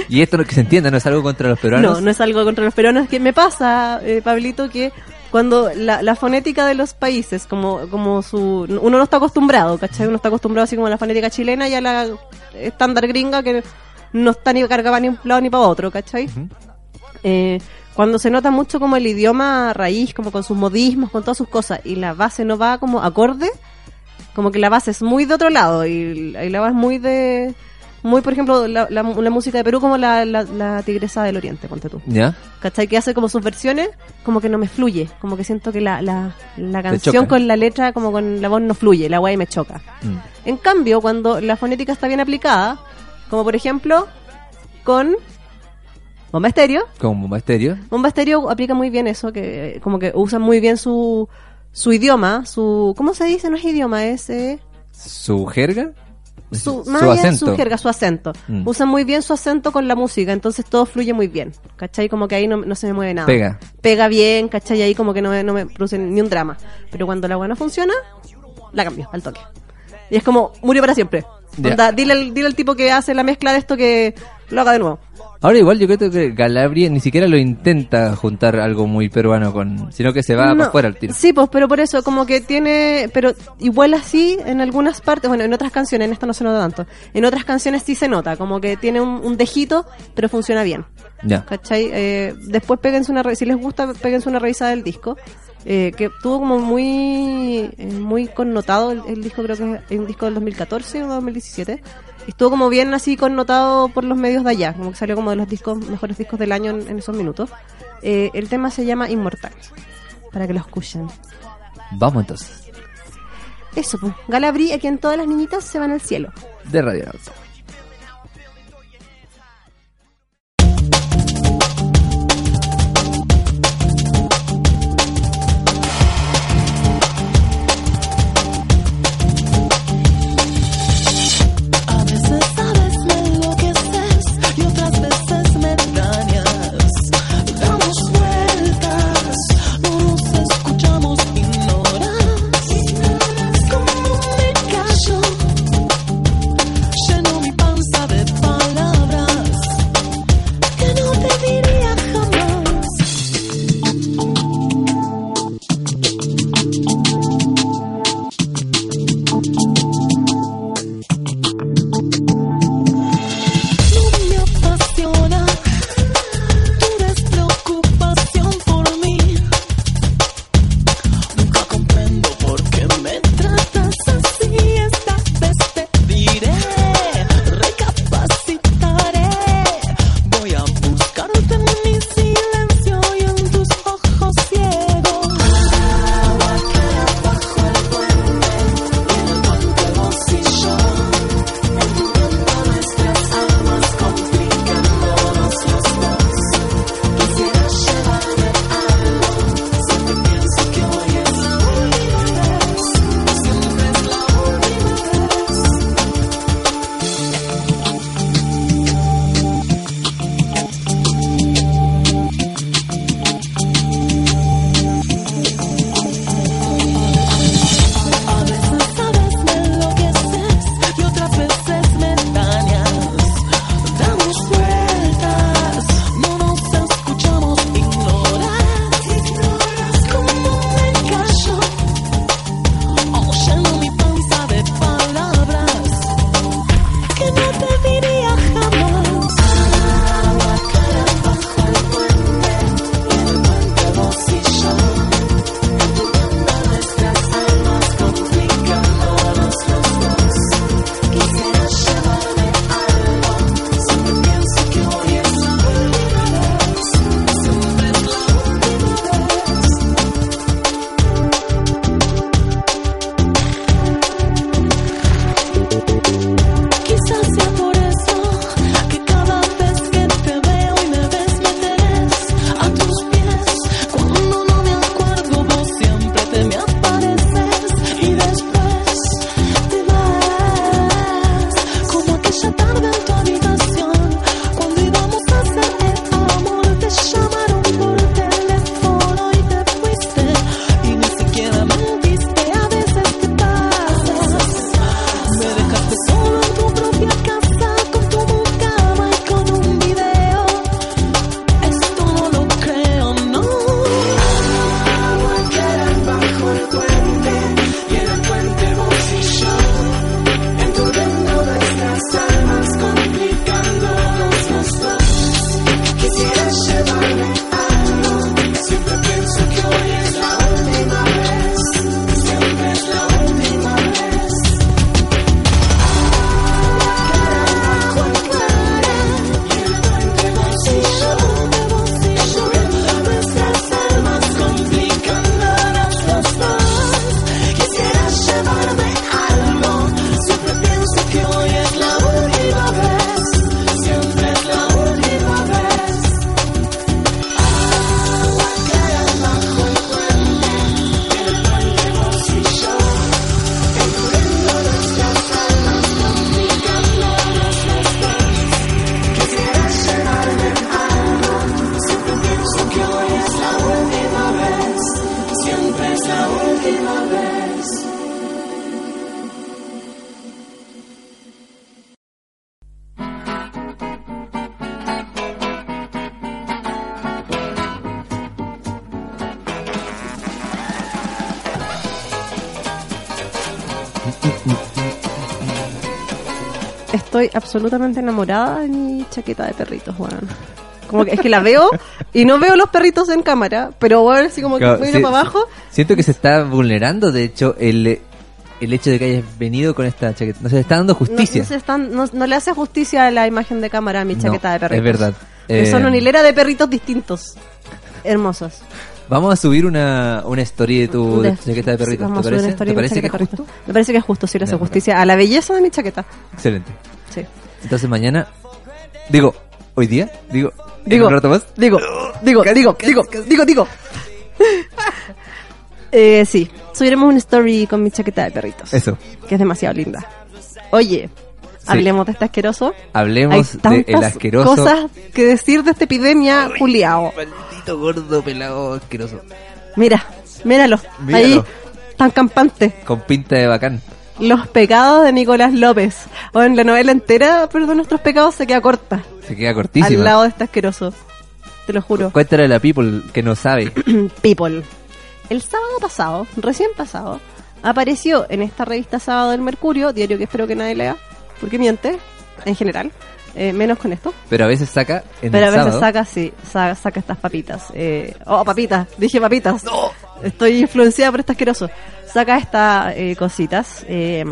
[SPEAKER 3] Y esto no que se entienda, no es algo contra los peruanos.
[SPEAKER 2] No, no es algo contra los peruanos. Que me pasa, eh, Pablito, que cuando la, la fonética de los países, como, como su. Uno no está acostumbrado, ¿cachai? Uno está acostumbrado así como a la fonética chilena y a la estándar gringa que no está ni cargada ni un lado ni para otro, ¿cachai? Eh, cuando se nota mucho como el idioma raíz, como con sus modismos, con todas sus cosas, y la base no va como acorde, como que la base es muy de otro lado, y, y la base es muy de... Muy, por ejemplo, la, la- la música de Perú como la, la, la Tigresa del Oriente, ponte tú.
[SPEAKER 3] ¿Ya?
[SPEAKER 2] ¿Cachai? Que hace como sus versiones, como que no me fluye, como que siento que la, la, la canción
[SPEAKER 3] choca.
[SPEAKER 2] con la letra, como con la voz no fluye, la guay me choca.
[SPEAKER 3] Mm.
[SPEAKER 2] En cambio, cuando la fonética está bien aplicada, como por ejemplo con Bomba Estéreo,
[SPEAKER 3] Como Masterio.
[SPEAKER 2] Bomba Estéreo aplica muy bien eso, que eh, como que usa muy bien su, su idioma, su... ¿Cómo se dice? No es idioma, es... eh,
[SPEAKER 3] su jerga,
[SPEAKER 2] su, más allá de su jerga, su acento.
[SPEAKER 3] Mm.
[SPEAKER 2] Usa muy bien su acento con la música, entonces todo fluye muy bien, ¿cachai? Como que ahí no, no se me mueve nada.
[SPEAKER 3] Pega.
[SPEAKER 2] Pega bien, ¿cachai? Ahí como que no, me- no me produce ni un drama. Pero cuando la agua no funciona, la cambio al toque. Y es como, murió para siempre.
[SPEAKER 3] Ya.
[SPEAKER 2] Onda, dile, al, dile al tipo que hace la mezcla de esto que lo haga de nuevo.
[SPEAKER 3] Ahora igual yo creo que Calabria ni siquiera lo intenta juntar algo muy peruano con... Sino que se va
[SPEAKER 2] No,
[SPEAKER 3] para afuera el tiro.
[SPEAKER 2] Sí, pues, pero por eso, como que tiene. Pero igual así, en algunas partes, bueno, en otras canciones, en esta no se nota tanto. En otras canciones sí se nota, como que tiene un, un dejito, pero funciona bien.
[SPEAKER 3] Ya.
[SPEAKER 2] ¿Cachai? Eh, después péguense una re- si les gusta, péguense una revisada del disco. eh, que tuvo como muy eh, muy connotado el, el disco, creo que es un disco del 2014 o 2017. y Estuvo como bien así connotado por los medios de allá, como que salió como de los discos mejores discos del año en, en esos minutos. Eh, el tema se llama Inmortal, para que lo escuchen.
[SPEAKER 3] Vamos entonces.
[SPEAKER 2] Eso, pues. Galabrí, aquí en todas las niñitas se van al cielo.
[SPEAKER 3] De Radio Nauta.
[SPEAKER 4] A veces sabes me enloqueces y otras veces me dañas. Damos vueltas, no nos escuchamos, ignoras. Como un callo lleno
[SPEAKER 2] Estoy absolutamente enamorada de mi chaqueta de perritos, weón. Como que es que la veo y no veo los perritos en cámara, pero weón, así como que
[SPEAKER 3] Claro,
[SPEAKER 2] voy
[SPEAKER 3] sí,
[SPEAKER 2] para
[SPEAKER 3] sí.
[SPEAKER 2] abajo.
[SPEAKER 3] Siento que se está vulnerando, de hecho, el, el hecho de que hayas venido con esta chaqueta. No se le está dando
[SPEAKER 2] No,
[SPEAKER 3] justicia.
[SPEAKER 2] no se están- no- no le hace justicia a la imagen de cámara a mi
[SPEAKER 3] No,
[SPEAKER 2] chaqueta de perritos.
[SPEAKER 3] es verdad.
[SPEAKER 2] Que
[SPEAKER 3] Eh,
[SPEAKER 2] son una hilera de perritos distintos. Hermosos.
[SPEAKER 3] Vamos a subir una, una story de tu de
[SPEAKER 2] De-
[SPEAKER 3] tu Uh, chaqueta de
[SPEAKER 2] sí,
[SPEAKER 3] perritos.
[SPEAKER 2] vamos
[SPEAKER 3] ¿Te
[SPEAKER 2] a subir una
[SPEAKER 3] parece?
[SPEAKER 2] historia
[SPEAKER 3] ¿Te
[SPEAKER 2] de mi
[SPEAKER 3] parece que es
[SPEAKER 2] chaqueta de
[SPEAKER 3] justo?
[SPEAKER 2] perritos. Me parece que es justo, sí le hace
[SPEAKER 3] Ya, bueno.
[SPEAKER 2] justicia a la belleza de mi chaqueta.
[SPEAKER 3] Excelente.
[SPEAKER 2] Sí.
[SPEAKER 3] Entonces mañana, digo, hoy día, digo, en
[SPEAKER 2] Digo,
[SPEAKER 3] un rato más.
[SPEAKER 2] digo, digo, digo, digo, digo, digo. eh, sí, subiremos una story con mi chaqueta de perritos.
[SPEAKER 3] Eso.
[SPEAKER 2] Que es demasiado linda. Oye, hablemos de este asqueroso.
[SPEAKER 3] Hablemos
[SPEAKER 2] Hay tantas
[SPEAKER 3] del el asqueroso.
[SPEAKER 2] cosas que decir de esta epidemia, Juliao.
[SPEAKER 3] Maldito gordo, pelado, asqueroso.
[SPEAKER 2] Mira, míralo.
[SPEAKER 3] Míralo.
[SPEAKER 2] Ahí, tan campante.
[SPEAKER 3] Con pinta de bacán.
[SPEAKER 2] Los pecados de Nicolás López. O en la novela entera, perdón, nuestros pecados se queda corta.
[SPEAKER 3] Se queda cortísimo.
[SPEAKER 2] Al lado de este asqueroso. Te lo juro.
[SPEAKER 3] Cuéntale a la people que no sabe.
[SPEAKER 2] People. El sábado pasado, recién pasado, apareció en esta revista Sábado del Mercurio, diario que espero que nadie lea, porque miente, en general, eh, menos con esto.
[SPEAKER 3] Pero a veces saca en
[SPEAKER 2] Pero a
[SPEAKER 3] el
[SPEAKER 2] veces
[SPEAKER 3] sábado.
[SPEAKER 2] saca, sí, sa- saca estas papitas. eh, oh, papitas, dije papitas. Estoy influenciada por este asqueroso. Saca estas eh, cositas. eh,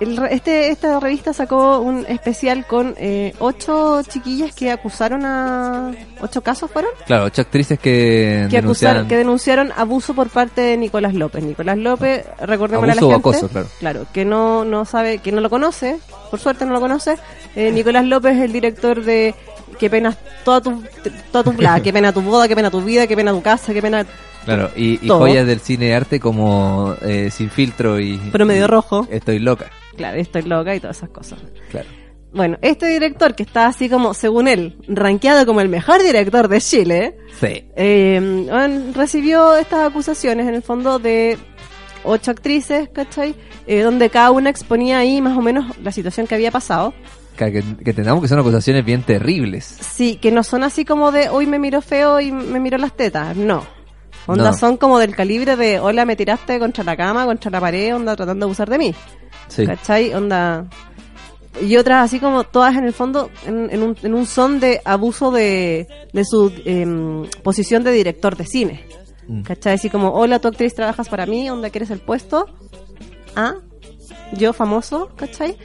[SPEAKER 2] el re- este, esta revista sacó un especial con eh, ocho chiquillas que acusaron a... ¿Ocho casos fueron?
[SPEAKER 3] Claro, ocho actrices que,
[SPEAKER 2] que,
[SPEAKER 3] denunciaron.
[SPEAKER 2] acusaron, que denunciaron abuso por parte de Nicolás López. Nicolás López, recordemos a la
[SPEAKER 3] Abuso o
[SPEAKER 2] gente,
[SPEAKER 3] acoso, claro.
[SPEAKER 2] que no no sabe, que no lo conoce, por suerte no lo conoce. Eh, Nicolás López es el director de Qué pena toda tu toda tu bla, qué pena tu boda, qué pena tu vida, qué pena tu casa, qué pena
[SPEAKER 3] Claro, y, y
[SPEAKER 2] Todo.
[SPEAKER 3] joyas del cine arte como eh, Sin Filtro y...
[SPEAKER 2] Promedio
[SPEAKER 3] y
[SPEAKER 2] Rojo.
[SPEAKER 3] Estoy loca,
[SPEAKER 2] claro, estoy loca y todas esas cosas.
[SPEAKER 3] claro.
[SPEAKER 2] Bueno, este director que está así como según él, rankeado como el mejor director de Chile,
[SPEAKER 3] Sí.
[SPEAKER 2] Eh, han- recibió estas acusaciones en el fondo de ocho actrices, ¿cachai? Eh, donde cada una exponía ahí más o menos la situación que había pasado.
[SPEAKER 3] Claro, Que, que tengamos que son acusaciones bien terribles.
[SPEAKER 2] Sí, que no son así como de hoy me miró feo y me miró las tetas, no. Onda
[SPEAKER 3] No.
[SPEAKER 2] son como del calibre de hola me tiraste contra la cama, contra la pared, onda tratando de abusar de mí.
[SPEAKER 3] Sí.
[SPEAKER 2] ¿Cachai? Onda. Y otras así como todas en el fondo en, en un, en un son de abuso de, de su em, posición de director de cine.
[SPEAKER 3] Mm.
[SPEAKER 2] ¿Cachai? Así como, hola, tu actriz trabajas para mí, onda quieres el puesto. Ah, yo famoso, ¿cachai?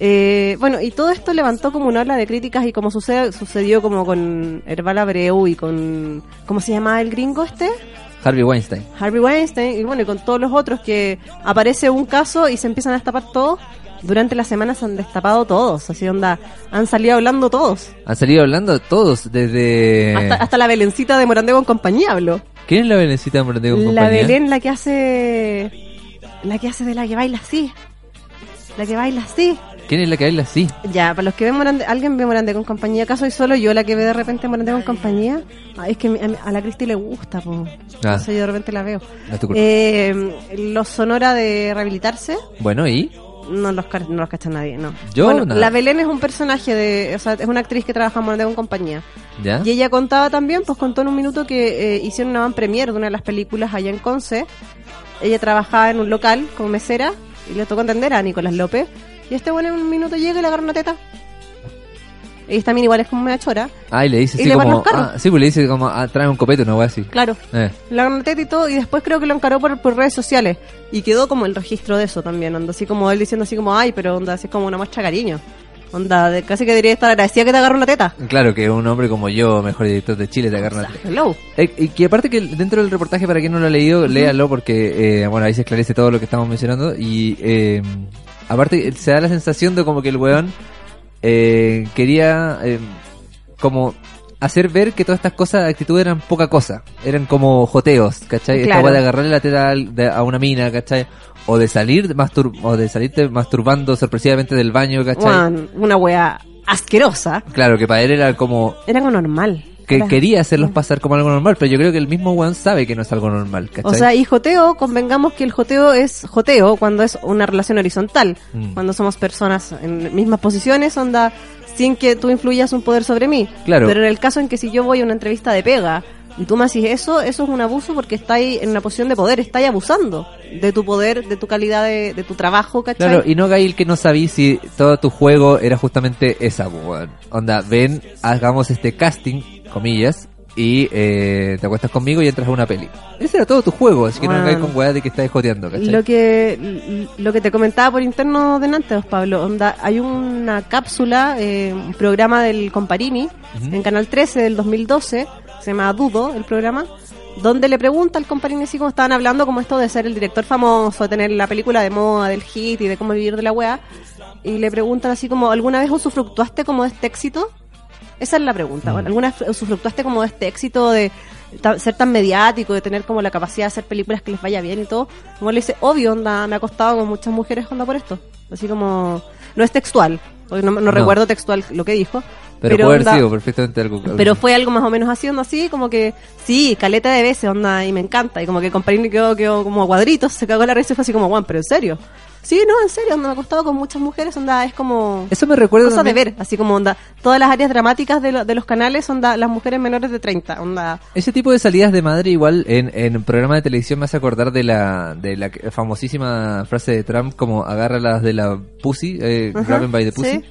[SPEAKER 2] Eh, bueno, y todo esto levantó como una ola de críticas y como sucede, sucedió como con Herbal Abreu y con... ¿Cómo se llamaba el gringo este?
[SPEAKER 3] Harvey Weinstein.
[SPEAKER 2] Harvey Weinstein y bueno, y con todos los otros que aparece un caso y se empiezan a destapar todos. Durante la semana se han destapado todos, así onda, han salido hablando todos.
[SPEAKER 3] Han salido hablando todos desde...
[SPEAKER 2] Hasta, hasta la Belencita de Morandego en compañía habló.
[SPEAKER 3] ¿Quién es la Belencita Morandé con
[SPEAKER 2] La
[SPEAKER 3] compañía?
[SPEAKER 2] Belén, la que hace. La que hace de la que baila así. La que baila así.
[SPEAKER 3] ¿Quién es la que baila así?
[SPEAKER 2] Ya, para los que ven Morandé, ¿alguien ve Morandé con compañía? ¿Acaso soy solo yo la que ve de repente Morandé con compañía? Ay, es que a, a la Cristi le gusta, po.
[SPEAKER 3] Ah.
[SPEAKER 2] Eso yo de repente la veo.
[SPEAKER 3] No es tu culpa.
[SPEAKER 2] Eh, los Sonora de rehabilitarse,
[SPEAKER 3] Bueno, ¿y?
[SPEAKER 2] no los, ca- no los cacha nadie, no.
[SPEAKER 3] Yo,
[SPEAKER 2] bueno,
[SPEAKER 3] nada.
[SPEAKER 2] la Belén es un personaje de. O sea, es una actriz que trabaja en Morandé con compañía.
[SPEAKER 3] ¿Ya?
[SPEAKER 2] Y ella contaba también, pues contó en un minuto que eh, hicieron una van premiere de una de las películas allá en Conce. Ella trabajaba en un local como mesera y le tocó entender a Nicolás López. Y este bueno en un minuto llega y le agarra una teta. Y también igual es como una chora.
[SPEAKER 3] Ah, y le dice
[SPEAKER 2] Y
[SPEAKER 3] así
[SPEAKER 2] le van
[SPEAKER 3] como...
[SPEAKER 2] los carros.
[SPEAKER 3] Ah, sí, pues le dice como... Ah, trae un copete, una wea así.
[SPEAKER 2] Claro.
[SPEAKER 3] Eh,
[SPEAKER 2] Le agarra una teta y todo. Y después creo que lo encaró por, por redes sociales. Y quedó como el registro de eso también. Onda así como él diciendo así como, ay, pero onda, así es como una muestra de cariño. Onda, de- casi que debería estar agradecida que te agarra una teta.
[SPEAKER 3] claro que un hombre como yo, mejor director de Chile, te
[SPEAKER 2] O
[SPEAKER 3] agarra...
[SPEAKER 2] sea, hello.
[SPEAKER 3] Eh, y que aparte que dentro del reportaje, para quien no lo ha leído, léalo porque, eh, bueno, ahí se esclarece todo lo que estamos mencionando. Y eh, aparte eh, se da la sensación de como que el weón eh, quería eh, como hacer ver que todas estas cosas, actitudes eran poca cosa. Eran como joteos, ¿cachai? Esta
[SPEAKER 2] Claro.
[SPEAKER 3] weá de agarrarle la tela al- de- a una mina, ¿cachai? O de salir mastur o de salirte masturbando sorpresivamente del baño, ¿cachai?
[SPEAKER 2] Juan, una wea asquerosa.
[SPEAKER 3] Claro, que para él era como
[SPEAKER 2] Era algo normal.
[SPEAKER 3] que
[SPEAKER 2] Era-
[SPEAKER 3] quería
[SPEAKER 2] Mm.
[SPEAKER 3] hacerlos pasar como algo normal, pero yo creo que el mismo weón sabe que no es algo normal, ¿cachai?
[SPEAKER 2] O sea, y joteo, convengamos que el joteo es joteo cuando es una relación horizontal,
[SPEAKER 3] Mm.
[SPEAKER 2] cuando somos personas en mismas posiciones, onda, sin que tú influyas un poder sobre mí.
[SPEAKER 3] Claro.
[SPEAKER 2] Pero en el caso en que si yo voy a una entrevista de pega Y tú me haces eso, eso es un abuso porque estáis en una posición de poder, estáis abusando de tu poder, de tu calidad de, de tu trabajo, ¿cachai?
[SPEAKER 3] Claro, y no Gail que no sabí si todo tu juego era justamente esa, pues, weón. Onda, ven, hagamos este casting, comillas, y eh, te acuestas conmigo y entras a una peli. Ese era todo tu juego, así que no
[SPEAKER 2] Weón.
[SPEAKER 3] caes con weá de que estás joteando, ¿cachai?
[SPEAKER 2] Lo que, lo que te comentaba por interno de Nantes, Pablo, onda, hay una cápsula, eh, un programa del Comparini,
[SPEAKER 3] Ujú.
[SPEAKER 2] en Canal 13 del 2012, se llama Dudo el programa, donde le pregunta al Comparini así como estaban hablando, como esto de ser el director famoso, de tener la película de moda, del hit y de cómo vivir de la wea, y le preguntan así como, ¿alguna vez usufructuaste como de este éxito? Esa es la pregunta.
[SPEAKER 3] Mm.
[SPEAKER 2] Bueno, ¿Alguna vez usufructuaste como de este éxito de ta- ser tan mediático, de tener como la capacidad de hacer películas que les vaya bien y todo? Como le dice, obvio, onda, me ha costado con muchas mujeres, onda, por esto. Así como, no es textual, porque no, no
[SPEAKER 3] No.
[SPEAKER 2] recuerdo textual lo que dijo.
[SPEAKER 3] pero, puede haber
[SPEAKER 2] onda-
[SPEAKER 3] sido perfectamente algo.
[SPEAKER 2] pero fue algo más o menos haciendo así, como que, sí, caleta de veces, onda, y me encanta. Y como que Comparini quedó, quedó como a cuadritos, se cagó la risa y fue así como, Juan, pero en serio. Sí, no, en serio, onda, me ha costado con muchas mujeres, onda, es como...
[SPEAKER 3] Eso me recuerda
[SPEAKER 2] Cosa de
[SPEAKER 3] también-
[SPEAKER 2] ver, así como onda, todas las áreas dramáticas de, lo- de los canales, onda, las mujeres menores de 30, onda,
[SPEAKER 3] Ese tipo de salidas de madre igual en, en programa de televisión me hace acordar de la, de la que- famosísima frase de Trump como agarra las de la pussy, eh,
[SPEAKER 2] Ajá,
[SPEAKER 3] grab 'em by the pussy,
[SPEAKER 2] sí.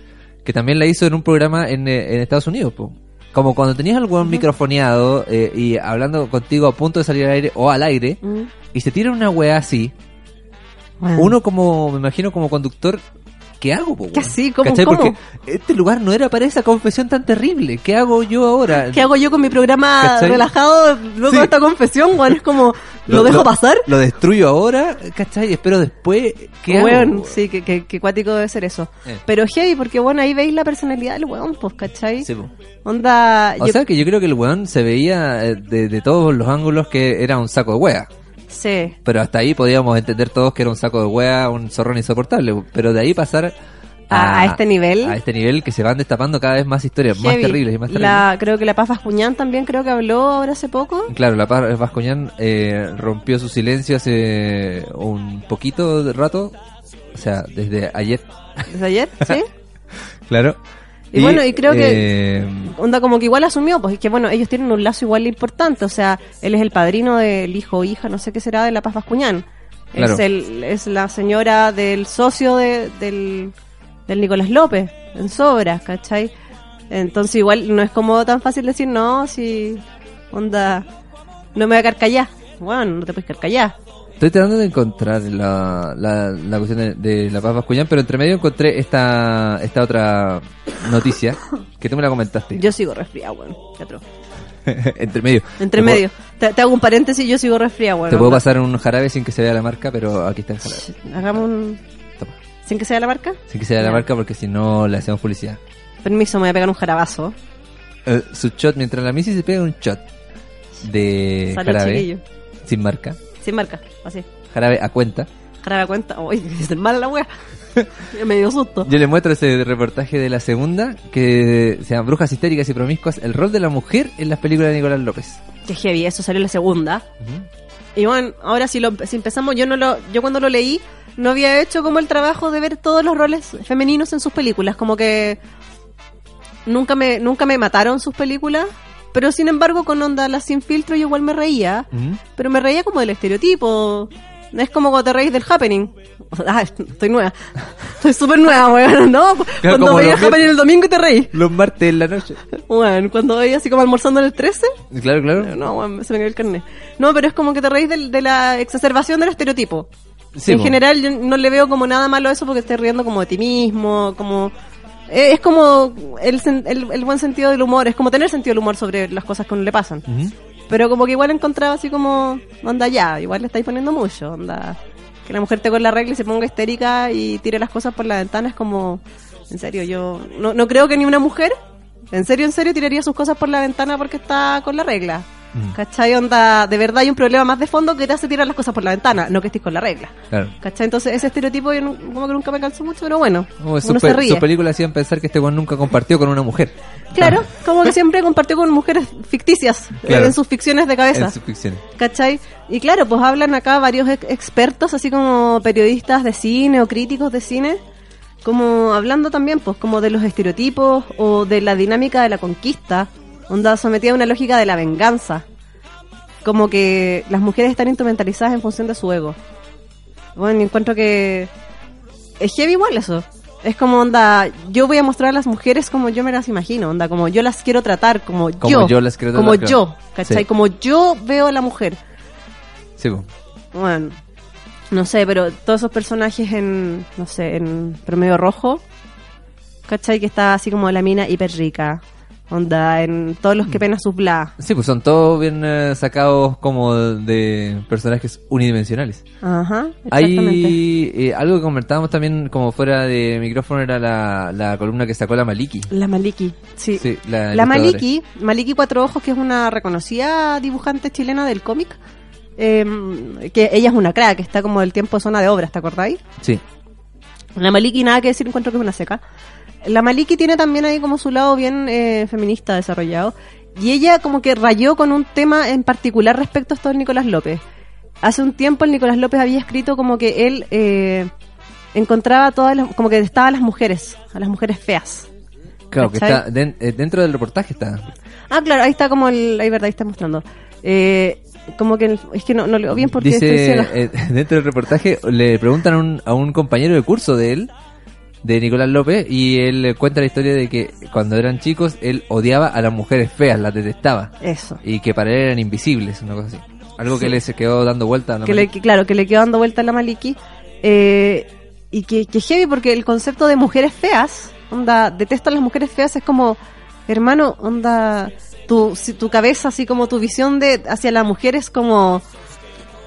[SPEAKER 3] que también la hizo en un programa en, eh, en Estados Unidos. po. Como cuando tenías al weón microfoneado eh, y hablando contigo a punto de salir al aire o al aire
[SPEAKER 2] Mm.
[SPEAKER 3] y se tira una weá así,
[SPEAKER 2] Bueno.
[SPEAKER 3] Mm. uno como, me imagino como conductor... ¿Qué hago, po,
[SPEAKER 2] ¿Qué
[SPEAKER 3] weón?
[SPEAKER 2] así? ¿Cómo-
[SPEAKER 3] ¿Cachai?
[SPEAKER 2] cómo?
[SPEAKER 3] Porque este lugar no era para esa confesión tan terrible. ¿Qué hago yo ahora?
[SPEAKER 2] ¿Qué hago yo con mi programa
[SPEAKER 3] ¿Cachai?
[SPEAKER 2] relajado luego
[SPEAKER 3] Sí.
[SPEAKER 2] de esta confesión, Juan? Es como, ¿lo, dejo pasar?
[SPEAKER 3] Lo destruyo ahora, ¿cachai? Y espero después que.
[SPEAKER 2] Weón, sí, que, que, que cuático debe ser eso.
[SPEAKER 3] Eh.
[SPEAKER 2] Pero heavy, porque bueno, ahí veis la personalidad del weón, pues, ¿cachai?
[SPEAKER 3] po.
[SPEAKER 2] Onda,
[SPEAKER 3] O
[SPEAKER 2] yo-
[SPEAKER 3] sea que yo creo que el weón se veía eh, de, de todos los ángulos que era un saco de wea.
[SPEAKER 2] sí.
[SPEAKER 3] Pero hasta ahí podíamos entender todos que era un saco de wea, un zorrón insoportable. Pero de ahí pasar
[SPEAKER 2] A- a este nivel.
[SPEAKER 3] A este nivel que se van destapando cada vez más historias, más
[SPEAKER 2] Heavy.
[SPEAKER 3] terribles y más terribles.
[SPEAKER 2] La, creo que la Paz Bascuñán también creo que habló ahora hace poco.
[SPEAKER 3] Claro, la Paz Vascoñán eh, rompió su silencio hace un poquito de rato. O sea, desde ayer,
[SPEAKER 2] ¿Desde ayer? ¿Sí?
[SPEAKER 3] claro.
[SPEAKER 2] Y bueno, y creo que-
[SPEAKER 3] eh,
[SPEAKER 2] Onda, como que igual asumió, pues, y que bueno, ellos tienen un lazo igual de importante. O sea, él es el padrino del hijo o hija, no sé qué será, de la Paz Bascuñán.
[SPEAKER 3] Claro.
[SPEAKER 2] Es, el, es la señora del socio de- del, del Nicolás López, en sobras, ¿cachai? Entonces, igual no es como tan fácil decir, no, si. Onda, no me voy a carcallar. Bueno, no te puedes carcallar.
[SPEAKER 3] Estoy tratando de encontrar la, la, la cuestión de, de la paz vascuñán, pero entre medio encontré esta, esta otra noticia que tú me la comentaste.
[SPEAKER 2] Yo sigo resfriado, weón. Te atro-
[SPEAKER 3] entre medio.
[SPEAKER 2] Entre
[SPEAKER 3] Te
[SPEAKER 2] medio. Te, te hago un paréntesis, yo sigo resfriado, weón.
[SPEAKER 3] puedo- te puedo pasar un jarabe sin que se vea la marca, pero aquí está el jarabe.
[SPEAKER 2] Hagamos un.
[SPEAKER 3] Toma.
[SPEAKER 2] Sin que sea la marca.
[SPEAKER 3] Sin que se vea la marca porque si no le hacemos publicidad.
[SPEAKER 2] Permiso, me voy a pegar un jarabazo.
[SPEAKER 3] Eh, su shot, mientras la Missy se pega un shot de
[SPEAKER 2] Salud,
[SPEAKER 3] jarabe
[SPEAKER 2] chiquillo.
[SPEAKER 3] sin marca.
[SPEAKER 2] Sin marca, así.
[SPEAKER 3] Jarabe a cuenta.
[SPEAKER 2] Jarabe a cuenta. Uy, es mala la wea. me dio susto.
[SPEAKER 3] Yo les muestro ese reportaje de la segunda que se llama Brujas histéricas y promiscuas, el rol de la mujer en las películas de Nicolás López.
[SPEAKER 2] Qué heavy, eso salió la segunda. Y bueno, ahora si, lo, si empezamos, yo no lo, yo cuando lo leí no había hecho como el trabajo de ver todos los roles femeninos en sus películas, como que nunca me, nunca me mataron sus películas, pero sin embargo con onda las sin filtro yo igual me reía,
[SPEAKER 3] Ujú.
[SPEAKER 2] pero me reía como del estereotipo. No es como cuando te reís del happening. Ah, estoy nueva. Estoy súper nueva, weón. No, cuando
[SPEAKER 3] como
[SPEAKER 2] veías
[SPEAKER 3] los-
[SPEAKER 2] happening el domingo y te reís.
[SPEAKER 3] Los martes en la noche.
[SPEAKER 2] Bueno, cuando veía así como almorzando en el 13, Pero
[SPEAKER 3] Claro, claro.
[SPEAKER 2] No, weón, se me cayó el carnet. No, pero es como que te reís del- de, la exacerbación del estereotipo.
[SPEAKER 3] Sí,
[SPEAKER 2] en
[SPEAKER 3] po.
[SPEAKER 2] general yo no le veo como nada malo a eso porque estés riendo como de ti mismo, como... eh, Es como el, sen- el, el buen sentido del humor, es como tener sentido del humor sobre las cosas que a uno le pasan.
[SPEAKER 3] Ujú.
[SPEAKER 2] Pero como que igual encontraba así como, onda ya, igual le estáis poniendo mucho, onda... Que la mujer te con la regla y se ponga histérica y tire las cosas por la ventana es como... En serio, yo no, no creo que ni una mujer, en serio, en serio, tiraría sus cosas por la ventana porque está con la regla.
[SPEAKER 3] Mm.
[SPEAKER 2] ¿Cachai? Onda, de verdad hay un problema más de fondo que te hace tirar las cosas por la ventana, no que estés con la regla.
[SPEAKER 3] Claro.
[SPEAKER 2] ¿Cachai? Entonces ese estereotipo yo nu- como que nunca me calzó mucho, pero bueno,
[SPEAKER 3] Oh,
[SPEAKER 2] uno
[SPEAKER 3] sus,
[SPEAKER 2] se
[SPEAKER 3] pe-
[SPEAKER 2] ríe.
[SPEAKER 3] sus películas hacían pensar que este weón nunca compartió con una mujer.
[SPEAKER 2] Claro, como que siempre compartió con mujeres ficticias eh,
[SPEAKER 3] Claro.
[SPEAKER 2] en sus ficciones de cabeza.
[SPEAKER 3] Ah, En sus ficciones.
[SPEAKER 2] ¿Cachai? Y claro, pues hablan acá varios ex- expertos, así como periodistas de cine o críticos de cine, como hablando también, pues, como de los estereotipos o de la dinámica de la conquista, onda sometida a una lógica de la venganza. como que las mujeres están instrumentalizadas en función de su ego. Bueno, y encuentro que es heavy igual eso. Es como onda, yo voy a mostrar a las mujeres como yo me las imagino, onda, como yo las quiero tratar, como,
[SPEAKER 3] Como yo las quiero
[SPEAKER 2] como
[SPEAKER 3] tratar,
[SPEAKER 2] yo,
[SPEAKER 3] claro.
[SPEAKER 2] ¿cachai?
[SPEAKER 3] Sí.
[SPEAKER 2] Como yo veo a la mujer.
[SPEAKER 3] Sí, po.
[SPEAKER 2] Bueno, no sé, pero todos esos personajes en, no sé, en Promedio Rojo, ¿cachai? Que está así como la mina hiper rica. Onda, en todos los
[SPEAKER 3] Mm.
[SPEAKER 2] que pena sus bla.
[SPEAKER 3] Sí, pues son todos bien eh, sacados como de personajes unidimensionales.
[SPEAKER 2] Ajá, exactamente.
[SPEAKER 3] Hay eh, algo que comentábamos también como fuera de micrófono era la, la columna que sacó la Maliki.
[SPEAKER 2] La Maliki, sí.
[SPEAKER 3] Sí, la,
[SPEAKER 2] La
[SPEAKER 3] ilustradora.
[SPEAKER 2] Maliki, Maliki Cuatro Ojos, que es una reconocida dibujante chilena del cómic, em, que ella es una crack, está como del tiempo zona de obras, ¿te acordáis?
[SPEAKER 3] Sí.
[SPEAKER 2] La Maliki, nada que decir, encuentro que es una seca. La Maliki tiene también ahí como su lado bien eh, feminista desarrollado. Y ella como que rayó con un tema en particular respecto a esto de Nicolás López. Hace un tiempo el Nicolás López había escrito como que él eh, encontraba todas las... como que estaba a las mujeres, a las mujeres feas.
[SPEAKER 3] Claro, que
[SPEAKER 2] ¿Cachai?
[SPEAKER 3] está den- eh, dentro del reportaje está.
[SPEAKER 2] Ah, claro, ahí está como el... Ahí verdad, ahí está mostrando. Eh, como que... el- es que no, no leo bien porque estoy
[SPEAKER 3] Dice,
[SPEAKER 2] ciega.
[SPEAKER 3] eh, dentro del reportaje le preguntan a un, a un compañero de curso de él, de Nicolás López, y él eh, cuenta la historia de que cuando eran chicos él odiaba a las mujeres feas, las detestaba,
[SPEAKER 2] Eso.
[SPEAKER 3] y que para él eran invisibles, una cosa así. Algo que
[SPEAKER 2] Sí.
[SPEAKER 3] le se quedó dando vuelta a la
[SPEAKER 2] que le,
[SPEAKER 3] Maliki.
[SPEAKER 2] que- claro, que le quedó dando vuelta a la Maliki. eh, y que, que heavy porque el concepto de mujeres feas, onda, detesto a las mujeres feas, es como, hermano, onda, tu, si, tu cabeza, así como tu visión de hacia la mujer es como,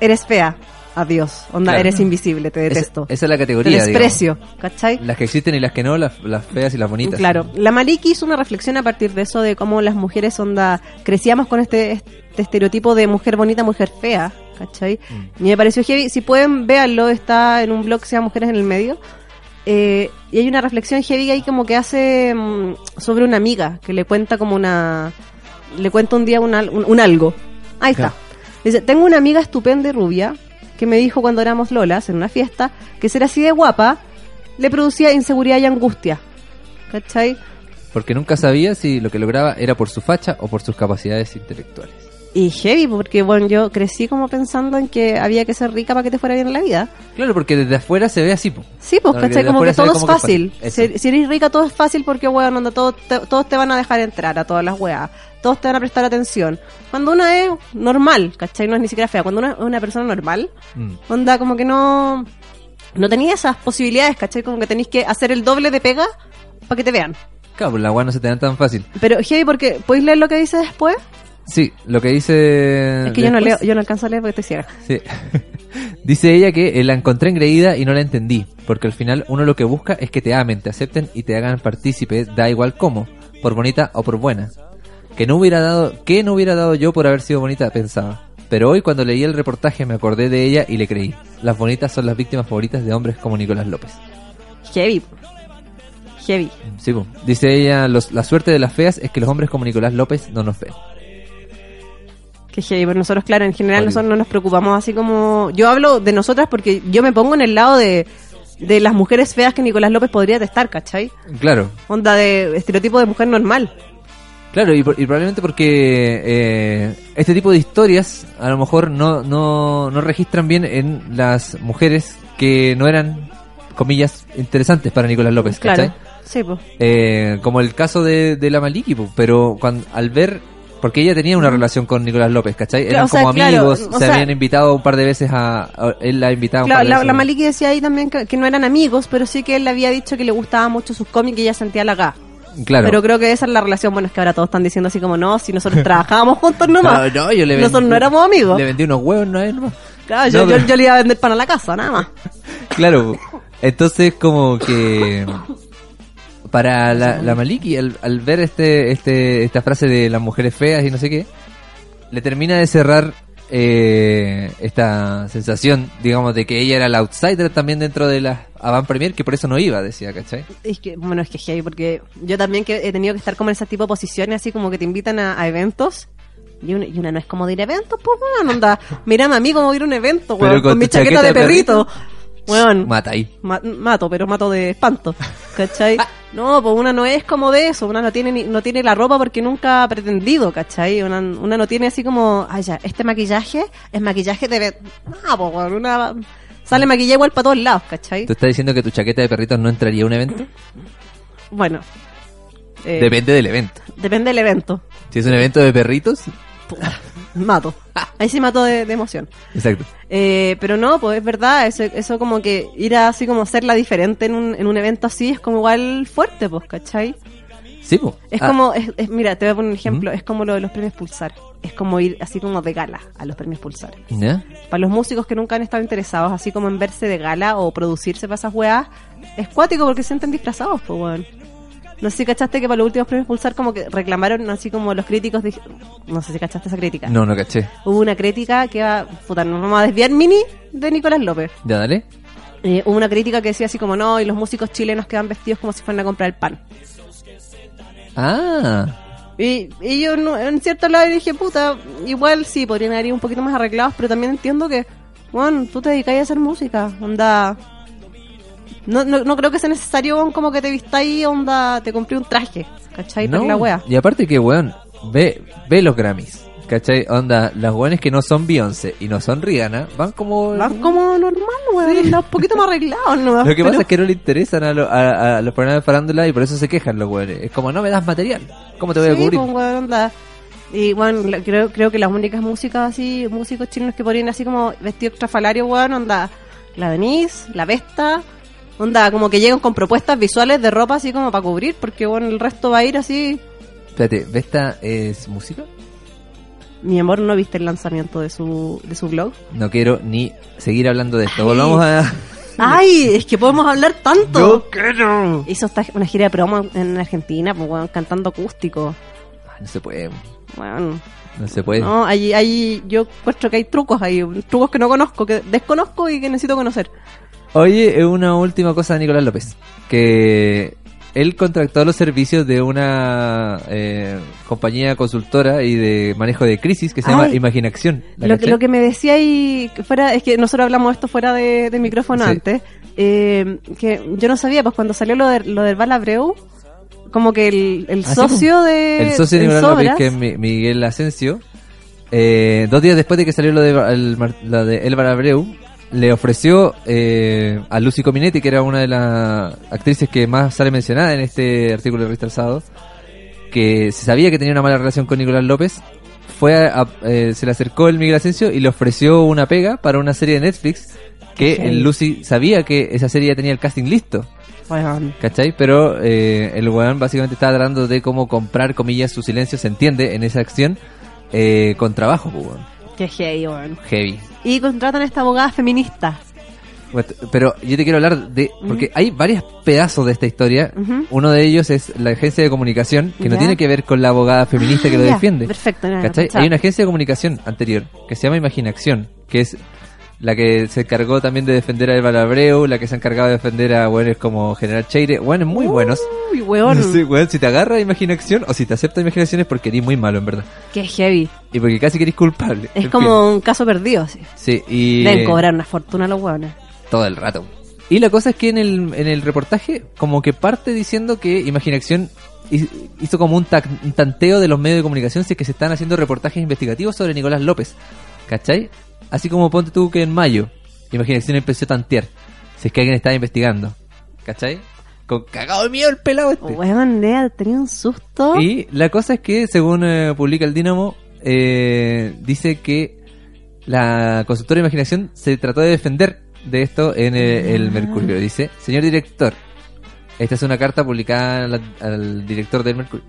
[SPEAKER 2] eres fea, adiós, onda,
[SPEAKER 3] Claro.
[SPEAKER 2] eres invisible, te
[SPEAKER 3] Es-
[SPEAKER 2] detesto,
[SPEAKER 3] esa es la
[SPEAKER 2] te
[SPEAKER 3] categoría, digamos.
[SPEAKER 2] desprecio, ¿cachai?
[SPEAKER 3] Las que existen y las que no, las, las feas y las bonitas.
[SPEAKER 2] Claro, la Maliki hizo una reflexión a partir de eso, de cómo las mujeres onda crecíamos con este, este estereotipo de mujer bonita, mujer fea, ¿cachai? Y me pareció heavy. Si pueden, véanlo, está en un blog que se llama Mujeres en el Medio. Eh, y hay una reflexión heavy ahí como que hace mm, sobre una amiga que le cuenta como una... Le cuenta un día un, al- un- un algo. Ahí
[SPEAKER 3] Claro.
[SPEAKER 2] está. Dice, tengo una amiga estupenda y rubia que me dijo cuando éramos lolas en una fiesta que ser así de guapa le producía inseguridad y angustia. ¿Cachai?
[SPEAKER 3] Porque nunca sabía si lo que lograba era por su facha o por sus capacidades intelectuales.
[SPEAKER 2] Y heavy, porque bueno, yo crecí como pensando en que había que ser rica para que te fuera bien en la vida.
[SPEAKER 3] Claro, porque desde afuera se ve así. po.
[SPEAKER 2] Sí, pues,
[SPEAKER 3] No,
[SPEAKER 2] ¿cachai?
[SPEAKER 3] desde
[SPEAKER 2] Como que
[SPEAKER 3] afuera se ve
[SPEAKER 2] todo es
[SPEAKER 3] como que es
[SPEAKER 2] fácil.
[SPEAKER 3] fácil. Eso.
[SPEAKER 2] Si, si eres rica, todo es fácil porque, bueno, onda, todo te- todos te van a dejar entrar a todas las weas. Todos te van a prestar atención. Cuando una es normal, ¿cachai? No es ni siquiera fea. Cuando una es una persona normal,
[SPEAKER 3] Mm.
[SPEAKER 2] onda, como que no. No tenía esas posibilidades, ¿cachai? Como que tenéis que hacer el doble de pega para que te vean.
[SPEAKER 3] Claro, pues, las guas no se te dan tan fácil.
[SPEAKER 2] Pero, heavy, porque, ¿podéis leer lo que dice después?
[SPEAKER 3] Sí, lo que dice...
[SPEAKER 2] Es que yo no leo,
[SPEAKER 3] después-
[SPEAKER 2] yo no alcanzo a leer porque estoy ciega.
[SPEAKER 3] Sí. dice ella que eh, la encontré engreída y no la entendí. Porque al final uno lo que busca es que te amen, te acepten y te hagan partícipe, da igual cómo, por bonita o por buena. Que no hubiera dado, que no hubiera dado yo por haber sido bonita, pensaba. Pero hoy cuando leí el reportaje me acordé de ella y le creí. Las bonitas son las víctimas favoritas de hombres como Nicolás López.
[SPEAKER 2] Heavy. Heavy.
[SPEAKER 3] Sí, po. Dice ella, "Los- la suerte de las feas es que los hombres como Nicolás López no nos ven.
[SPEAKER 2] Que heavy, pero nosotros, claro, en general
[SPEAKER 3] Obvio.
[SPEAKER 2] nosotros no nos preocupamos así como... Yo hablo de nosotras porque yo me pongo en el lado de, de las mujeres feas que Nicolás López podría testar, ¿cachai?
[SPEAKER 3] Claro,
[SPEAKER 2] Onda de estereotipo de mujer normal.
[SPEAKER 3] Claro, y, por- y probablemente porque eh, este tipo de historias a lo mejor no, no, no registran bien en las mujeres que no eran, comillas, interesantes para Nicolás López,
[SPEAKER 2] Claro.
[SPEAKER 3] ¿cachai?
[SPEAKER 2] Sí, pues.
[SPEAKER 3] Eh, como el caso de, de la Maliki, po, pero cuando, al ver, porque ella tenía una relación con Nicolás López, ¿cachai?
[SPEAKER 2] Claro,
[SPEAKER 3] Eran
[SPEAKER 2] Mm. o sea,
[SPEAKER 3] como
[SPEAKER 2] claro,
[SPEAKER 3] amigos,
[SPEAKER 2] o
[SPEAKER 3] se
[SPEAKER 2] sea-
[SPEAKER 3] habían invitado un par de veces a, a- él la ha invitado un
[SPEAKER 2] Claro,
[SPEAKER 3] par de
[SPEAKER 2] la,
[SPEAKER 3] veces.
[SPEAKER 2] la Maliki decía ahí también que, que no eran amigos, pero sí que él le había dicho que le gustaba mucho sus cómics y ella sentía la K.
[SPEAKER 3] Claro.
[SPEAKER 2] Pero creo que esa es la relación. Bueno, es que ahora todos están diciendo así como, no, si nosotros trabajábamos juntos nomás.
[SPEAKER 3] No, no, yo le vendí-
[SPEAKER 2] nosotros no éramos amigos.
[SPEAKER 3] Le vendí unos huevos, no es, no.
[SPEAKER 2] Claro, yo,
[SPEAKER 3] No, pero-
[SPEAKER 2] yo, yo le iba a vender pan a la casa, nada más.
[SPEAKER 3] Claro, entonces como que para la, la Maliki al, al ver este, este esta frase de las mujeres feas y no sé qué, le termina de cerrar eh, esta sensación, digamos, de que ella era la outsider también dentro de la Avant Premier, que por eso no iba, decía, ¿cachai?
[SPEAKER 2] Es que, bueno, es que heavy, porque yo también que he tenido que estar como en ese tipo de posiciones, así como que te invitan a, a eventos. Y una, y una no es como de ir a eventos, pues, weón, onda. Mírame a mí como de ir a un evento,
[SPEAKER 3] Pero
[SPEAKER 2] weón, con,
[SPEAKER 3] con tu
[SPEAKER 2] mi chaqueta,
[SPEAKER 3] chaqueta
[SPEAKER 2] de
[SPEAKER 3] de
[SPEAKER 2] perrito.
[SPEAKER 3] perrito.
[SPEAKER 2] Weón,
[SPEAKER 3] Mata ahí.
[SPEAKER 2] ma- mato, pero mato de espanto, ¿cachai? No, pues una no es como de eso, una no tiene ni- no tiene la ropa porque nunca ha pretendido, ¿cachai? Una, una no tiene así como, ay ya, este maquillaje es maquillaje de... ve-". No, pues weón, una sale maquillada igual para todos lados, ¿cachai?
[SPEAKER 3] ¿Tú estás diciendo que tu chaqueta de perritos no entraría a un evento?
[SPEAKER 2] Bueno. eh,
[SPEAKER 3] Depende del evento.
[SPEAKER 2] depende del evento.
[SPEAKER 3] Si es un evento de perritos,
[SPEAKER 2] Mato. Ahí sí mato de- de emoción.
[SPEAKER 3] exacto.
[SPEAKER 2] Eh, pero no, pues es verdad, eso, eso como que ir a así como serla diferente en un, en un evento así es como igual fuerte, pues, ¿cachai?
[SPEAKER 3] Sí, po.
[SPEAKER 2] Es
[SPEAKER 3] Ah,
[SPEAKER 2] como, es, es- mira, te voy a poner un ejemplo, es como lo de los premios Pulsar, es como ir así como de gala a los premios Pulsar.
[SPEAKER 3] ¿ya?
[SPEAKER 2] Para los músicos que nunca han estado interesados así como en verse de gala o producirse para esas weas, es cuático porque se sienten disfrazados, pues, weón. No sé si cachaste que para los últimos premios Pulsar como que reclamaron así como los críticos, dij- no sé si cachaste esa crítica.
[SPEAKER 3] No, no caché.
[SPEAKER 2] Hubo una crítica que va, puta, nos vamos a desviar mini de Nicolás López.
[SPEAKER 3] Ya, dale.
[SPEAKER 2] Eh, hubo una crítica que decía así como no, y los músicos chilenos quedan vestidos como si fueran a comprar el pan.
[SPEAKER 3] Ah,
[SPEAKER 2] Y, y yo no- en cierto lado dije, puta, igual sí, podrían haber ido un poquito más arreglados, pero también entiendo que, bueno, tú te dedicáis a hacer música, onda... No, no, no creo que sea necesario weón, como que te vistáis, onda, te compré un traje, ¿cachai? Para
[SPEAKER 3] no.
[SPEAKER 2] que la wea.
[SPEAKER 3] Y aparte que, weón, ve, ve los Grammys. ¿Cachai? Onda, las weones que no son Beyoncé y no son Rihanna van como...
[SPEAKER 2] Van como normal, weón, anda un poquito más arreglados, ¿no?
[SPEAKER 3] Lo que pasa
[SPEAKER 2] Pero-
[SPEAKER 3] es que no le interesan a, lo- a- a los programas de farándula y por eso se quejan los weones. Es como, no me das material. ¿Cómo te voy a
[SPEAKER 2] Sí,
[SPEAKER 3] cubrir?
[SPEAKER 2] pues, weón, onda. Y bueno, la- creo, creo que las únicas músicas así, músicos chinos que ponían así como vestido extrafalario, weón, onda, la Denise, la Vesta, onda, como que llegan con propuestas visuales de ropa así como para cubrir, porque bueno, el resto va a ir así.
[SPEAKER 3] Espérate, ¿Vesta es música?
[SPEAKER 2] Mi amor, ¿no viste el lanzamiento de su, de su blog?
[SPEAKER 3] No quiero ni seguir hablando de esto.
[SPEAKER 2] Ay.
[SPEAKER 3] Volvamos a...
[SPEAKER 2] ¡Ay! Es que podemos hablar tanto.
[SPEAKER 3] No quiero.
[SPEAKER 2] Hizo esta- una gira de promo en Argentina, pues, weón, cantando acústico.
[SPEAKER 3] Ah, No se puede,
[SPEAKER 2] Bueno,
[SPEAKER 3] no se puede.
[SPEAKER 2] No, ahí, ahí yo encuentro que hay trucos ahí, trucos que no conozco, que desconozco y que necesito conocer.
[SPEAKER 3] Oye, eh, una última cosa de Nicolás López, que él contractó los servicios de una eh, compañía consultora y de manejo de crisis que se llama
[SPEAKER 2] Ay.
[SPEAKER 3] Imaginación. ¿la
[SPEAKER 2] Lo que,
[SPEAKER 3] cachai?
[SPEAKER 2] lo que me decía ahí que fuera, es que nosotros hablamos esto fuera de, del micrófono
[SPEAKER 3] Sí.
[SPEAKER 2] antes, eh, que yo no sabía, pues cuando salió lo de, lo del Balabreu, como que el, el
[SPEAKER 3] Ah, sí,
[SPEAKER 2] socio de...
[SPEAKER 3] El socio de
[SPEAKER 2] del
[SPEAKER 3] Nicolás López,
[SPEAKER 2] Sobras,
[SPEAKER 3] que es Mi- Miguel Asensio, eh, dos días después de que salió lo de, Ba- el Mar- la de Elba Abreu, le ofreció eh, a Lucy Cominetti, que era una de las actrices que más sale mencionada en este artículo de Revista El Sábado, que se sabía que tenía una mala relación con Nicolás López, fue a- a- eh, se le acercó el Miguel Asensio y le ofreció una pega para una serie de Netflix
[SPEAKER 2] Qué
[SPEAKER 3] que
[SPEAKER 2] heavy.
[SPEAKER 3] el Lucy sabía que esa serie ya tenía el casting listo.
[SPEAKER 2] weón,
[SPEAKER 3] ¿Cachai? Pero eh, el weón básicamente está hablando de cómo comprar, comillas, su silencio, se entiende en esa acción, eh, con trabajo, pues, weón.
[SPEAKER 2] qué heavy, weón.
[SPEAKER 3] Heavy.
[SPEAKER 2] Y contratan a esta abogada feminista.
[SPEAKER 3] What- Pero yo te quiero hablar de... Porque hay varios pedazos de esta historia.
[SPEAKER 2] Mm. Ujú.
[SPEAKER 3] Uno de ellos es la agencia de comunicación, que no
[SPEAKER 2] Ya.
[SPEAKER 3] tiene que ver con la abogada feminista que lo
[SPEAKER 2] Ah, ya,
[SPEAKER 3] defiende.
[SPEAKER 2] perfecto, no, no,
[SPEAKER 3] ¿Cachai?
[SPEAKER 2] cachaba.
[SPEAKER 3] Hay una agencia de comunicación anterior que se llama Imaginación, que es la que se encargó también de defender a Eva Abreu, la que se ha encargado de defender a weones como General Cheire, weones muy
[SPEAKER 2] Uh.
[SPEAKER 3] buenos.
[SPEAKER 2] Uy, weón,
[SPEAKER 3] Sí, weón, si te agarra imaginación o si te acepta imaginación es porque eres muy malo, en verdad.
[SPEAKER 2] qué heavy.
[SPEAKER 3] Y porque casi que eres culpable.
[SPEAKER 2] Es
[SPEAKER 3] En
[SPEAKER 2] como un caso perdido, así.
[SPEAKER 3] fin. Sí, y. eh,
[SPEAKER 2] Deben cobrar una fortuna los weones.
[SPEAKER 3] Todo el rato. Y la cosa es que en el, en el reportaje, como que parte diciendo que imaginación hi- hizo como un, tac- un tanteo de los medios de comunicación si es que se están haciendo reportajes investigativos sobre Nicolás López. ¿Cachai? Así como ponte tú que en mayo, imaginación empezó a tantear si es que alguien estaba investigando. ¿Cachai? Con cagado de miedo el pelado este.
[SPEAKER 2] Weón, Nea, tenía un susto.
[SPEAKER 3] Y la cosa es que, según eh, publica el Dínamo, eh, dice que la consultora de imaginación se trató de defender de esto en el, el Mercurio. Dice, señor director, esta es una carta publicada al, al director del Mercurio.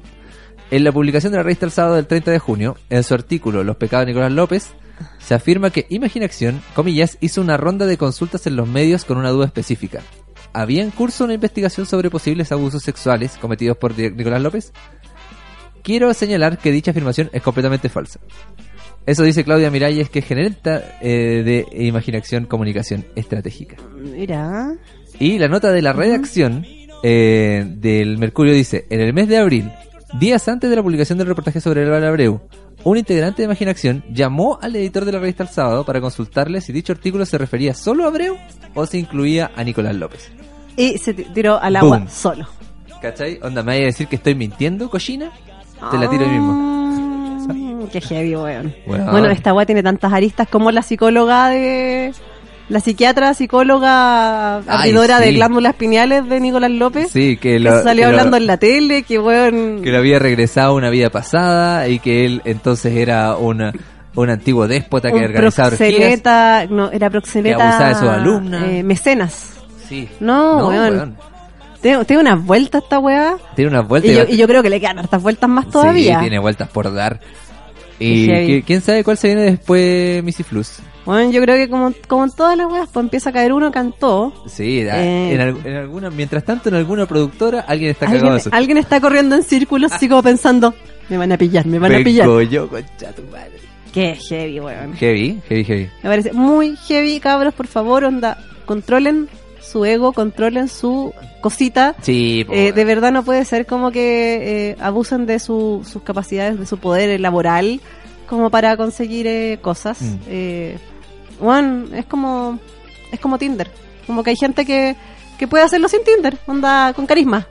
[SPEAKER 3] En la publicación de la revista el sábado del 30 de junio, en su artículo Los pecados de Nicolás López, se afirma que Imaginación, comillas, hizo una ronda de consultas en los medios con una duda específica. ¿Había en curso una investigación sobre posibles abusos sexuales cometidos por Di- Nicolás López? Quiero señalar que dicha afirmación es completamente falsa. Eso dice Claudia Miralles, que es gerenta eh, de Imaginación Comunicación Estratégica.
[SPEAKER 2] Mira.
[SPEAKER 3] Y la nota de la redacción eh, del Mercurio dice, en el mes de abril, días antes de la publicación del reportaje sobre el Abreu, un integrante de Imaginación llamó al editor de la revista El Sábado para consultarle si dicho artículo se refería solo a Abreu o se incluía a Nicolás López.
[SPEAKER 2] Y se ti- tiró al agua
[SPEAKER 3] Boom.
[SPEAKER 2] solo.
[SPEAKER 3] ¿Cachai? Onda, ¿me vaya a decir que estoy mintiendo, cochina? Te la tiro yo mismo.
[SPEAKER 2] mismo. Ah, Qué heavy, weón.
[SPEAKER 3] Weón.
[SPEAKER 2] Bueno, esta weá tiene tantas aristas como la psicóloga de. La psiquiatra, psicóloga, abridora
[SPEAKER 3] sí.
[SPEAKER 2] de glándulas pineales de Nicolás López.
[SPEAKER 3] Sí, que
[SPEAKER 2] Ah, que
[SPEAKER 3] lo-
[SPEAKER 2] salió
[SPEAKER 3] que lo-
[SPEAKER 2] hablando en la tele, que weón.
[SPEAKER 3] que lo había regresado a una vida pasada y que él entonces era una, un antiguo déspota que
[SPEAKER 2] un
[SPEAKER 3] organizaba orgías.
[SPEAKER 2] proxeneta, no, era proxeneta.
[SPEAKER 3] Que abusaba de sus alumnas.
[SPEAKER 2] eh, mecenas.
[SPEAKER 3] Sí.
[SPEAKER 2] No, weón. Tiene, tiene unas vueltas esta weá.
[SPEAKER 3] Tiene unas vueltas
[SPEAKER 2] Y yo, y yo creo que le quedan hartas vueltas más todavía.
[SPEAKER 3] Sí, tiene vueltas por dar.
[SPEAKER 2] Qué
[SPEAKER 3] Y
[SPEAKER 2] heavy.
[SPEAKER 3] que- quién sabe cuál se viene después Missy Flus.
[SPEAKER 2] Bueno, yo creo que como, como en todas las weas, pues empieza a caer uno, cantó.
[SPEAKER 3] Sí, da-
[SPEAKER 2] Eh.
[SPEAKER 3] en, al- en alguna, mientras tanto en alguna productora alguien está cagado
[SPEAKER 2] Alguien,
[SPEAKER 3] de susto.
[SPEAKER 2] alguien está corriendo en círculos, sigo pensando, me van a pillar, me van a pillar.
[SPEAKER 3] Vengo yo, concha tu madre.
[SPEAKER 2] Qué heavy, weón.
[SPEAKER 3] Heavy, heavy, heavy.
[SPEAKER 2] Me parece muy heavy, cabros, por favor, onda, controlen su ego, controlen su cosita.
[SPEAKER 3] Sí, po,
[SPEAKER 2] Eh, de verdad no puede ser como que eh, abusan de su- sus capacidades, de su poder eh, laboral, como para conseguir eh, cosas.
[SPEAKER 3] Mm.
[SPEAKER 2] Eh, weón, es como es como Tinder. Como que hay gente que, que puede hacerlo sin Tinder, onda, con carisma.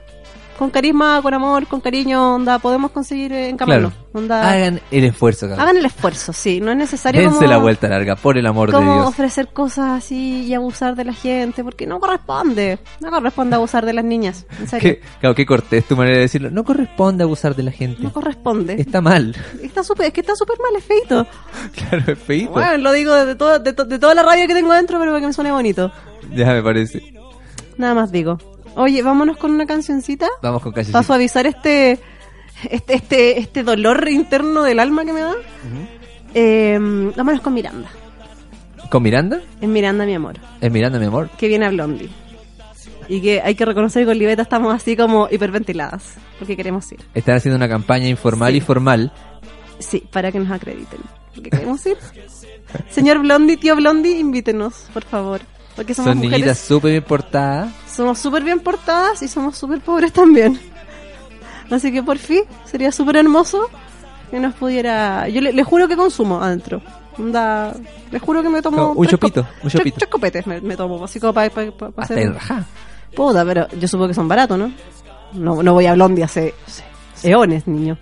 [SPEAKER 2] Con carisma, con amor, con cariño, onda, podemos conseguir eh, encamarnos. Onda,
[SPEAKER 3] hagan el esfuerzo, cabrón.
[SPEAKER 2] hagan el esfuerzo, sí, no es necesario
[SPEAKER 3] Dense
[SPEAKER 2] como,
[SPEAKER 3] la vuelta larga, por el amor de
[SPEAKER 2] como
[SPEAKER 3] Dios.
[SPEAKER 2] ofrecer cosas así y abusar de la gente, porque no corresponde, no corresponde abusar de las niñas, en serio.
[SPEAKER 3] Qué, claro, qué cortés tu manera de decirlo. No corresponde abusar de la gente.
[SPEAKER 2] No corresponde.
[SPEAKER 3] Está mal.
[SPEAKER 2] Está súper, es que está súper mal, es feito.
[SPEAKER 3] Claro, es feíto.
[SPEAKER 2] Bueno, lo digo de, todo, de, to- de toda la rabia que tengo dentro, pero para que me suene bonito.
[SPEAKER 3] Ya me parece.
[SPEAKER 2] Nada más digo. Oye, vámonos con una cancioncita
[SPEAKER 3] Vamos con calle.
[SPEAKER 2] para suavizar este, este, este, este dolor interno del alma que me da. Eh, vámonos con Miranda.
[SPEAKER 3] ¿Con Miranda?
[SPEAKER 2] Es Miranda, mi amor,
[SPEAKER 3] Es Miranda, mi amor.
[SPEAKER 2] que viene a Blondie. Y que hay que reconocer que con Libeta estamos así como hiperventiladas, porque queremos ir.
[SPEAKER 3] Están haciendo una campaña informal
[SPEAKER 2] Sí.
[SPEAKER 3] y formal.
[SPEAKER 2] Sí, para que nos acrediten. Porque queremos ir. Señor Blondie, tío Blondie, invítenos, por favor. Porque somos
[SPEAKER 3] Son niñitas
[SPEAKER 2] mujeres,
[SPEAKER 3] súper bien portadas.
[SPEAKER 2] somos súper bien portadas y somos súper pobres también. Así que por fin sería súper hermoso que nos pudiera... Yo le, le juro que consumo adentro. Onda, le juro que me tomo...
[SPEAKER 3] Como un
[SPEAKER 2] tres cop-
[SPEAKER 3] chopito, un
[SPEAKER 2] tres-
[SPEAKER 3] chopito.
[SPEAKER 2] Tres copetes me, me tomo, así como para
[SPEAKER 3] Hasta
[SPEAKER 2] hacer...
[SPEAKER 3] el rajá.
[SPEAKER 2] Puta, pero yo supongo que son baratos, ¿no? No, no voy a Blondie hace eones, niño.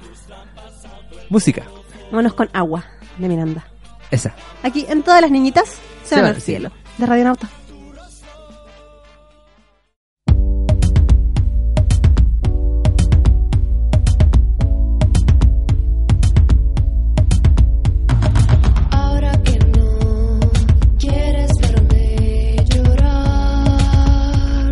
[SPEAKER 3] Música.
[SPEAKER 2] Vámonos con agua de Miranda.
[SPEAKER 3] Esa.
[SPEAKER 2] Aquí en todas las niñitas se, van al cielo. De Radio Nauta.
[SPEAKER 4] Ahora que no quieres verme llorar,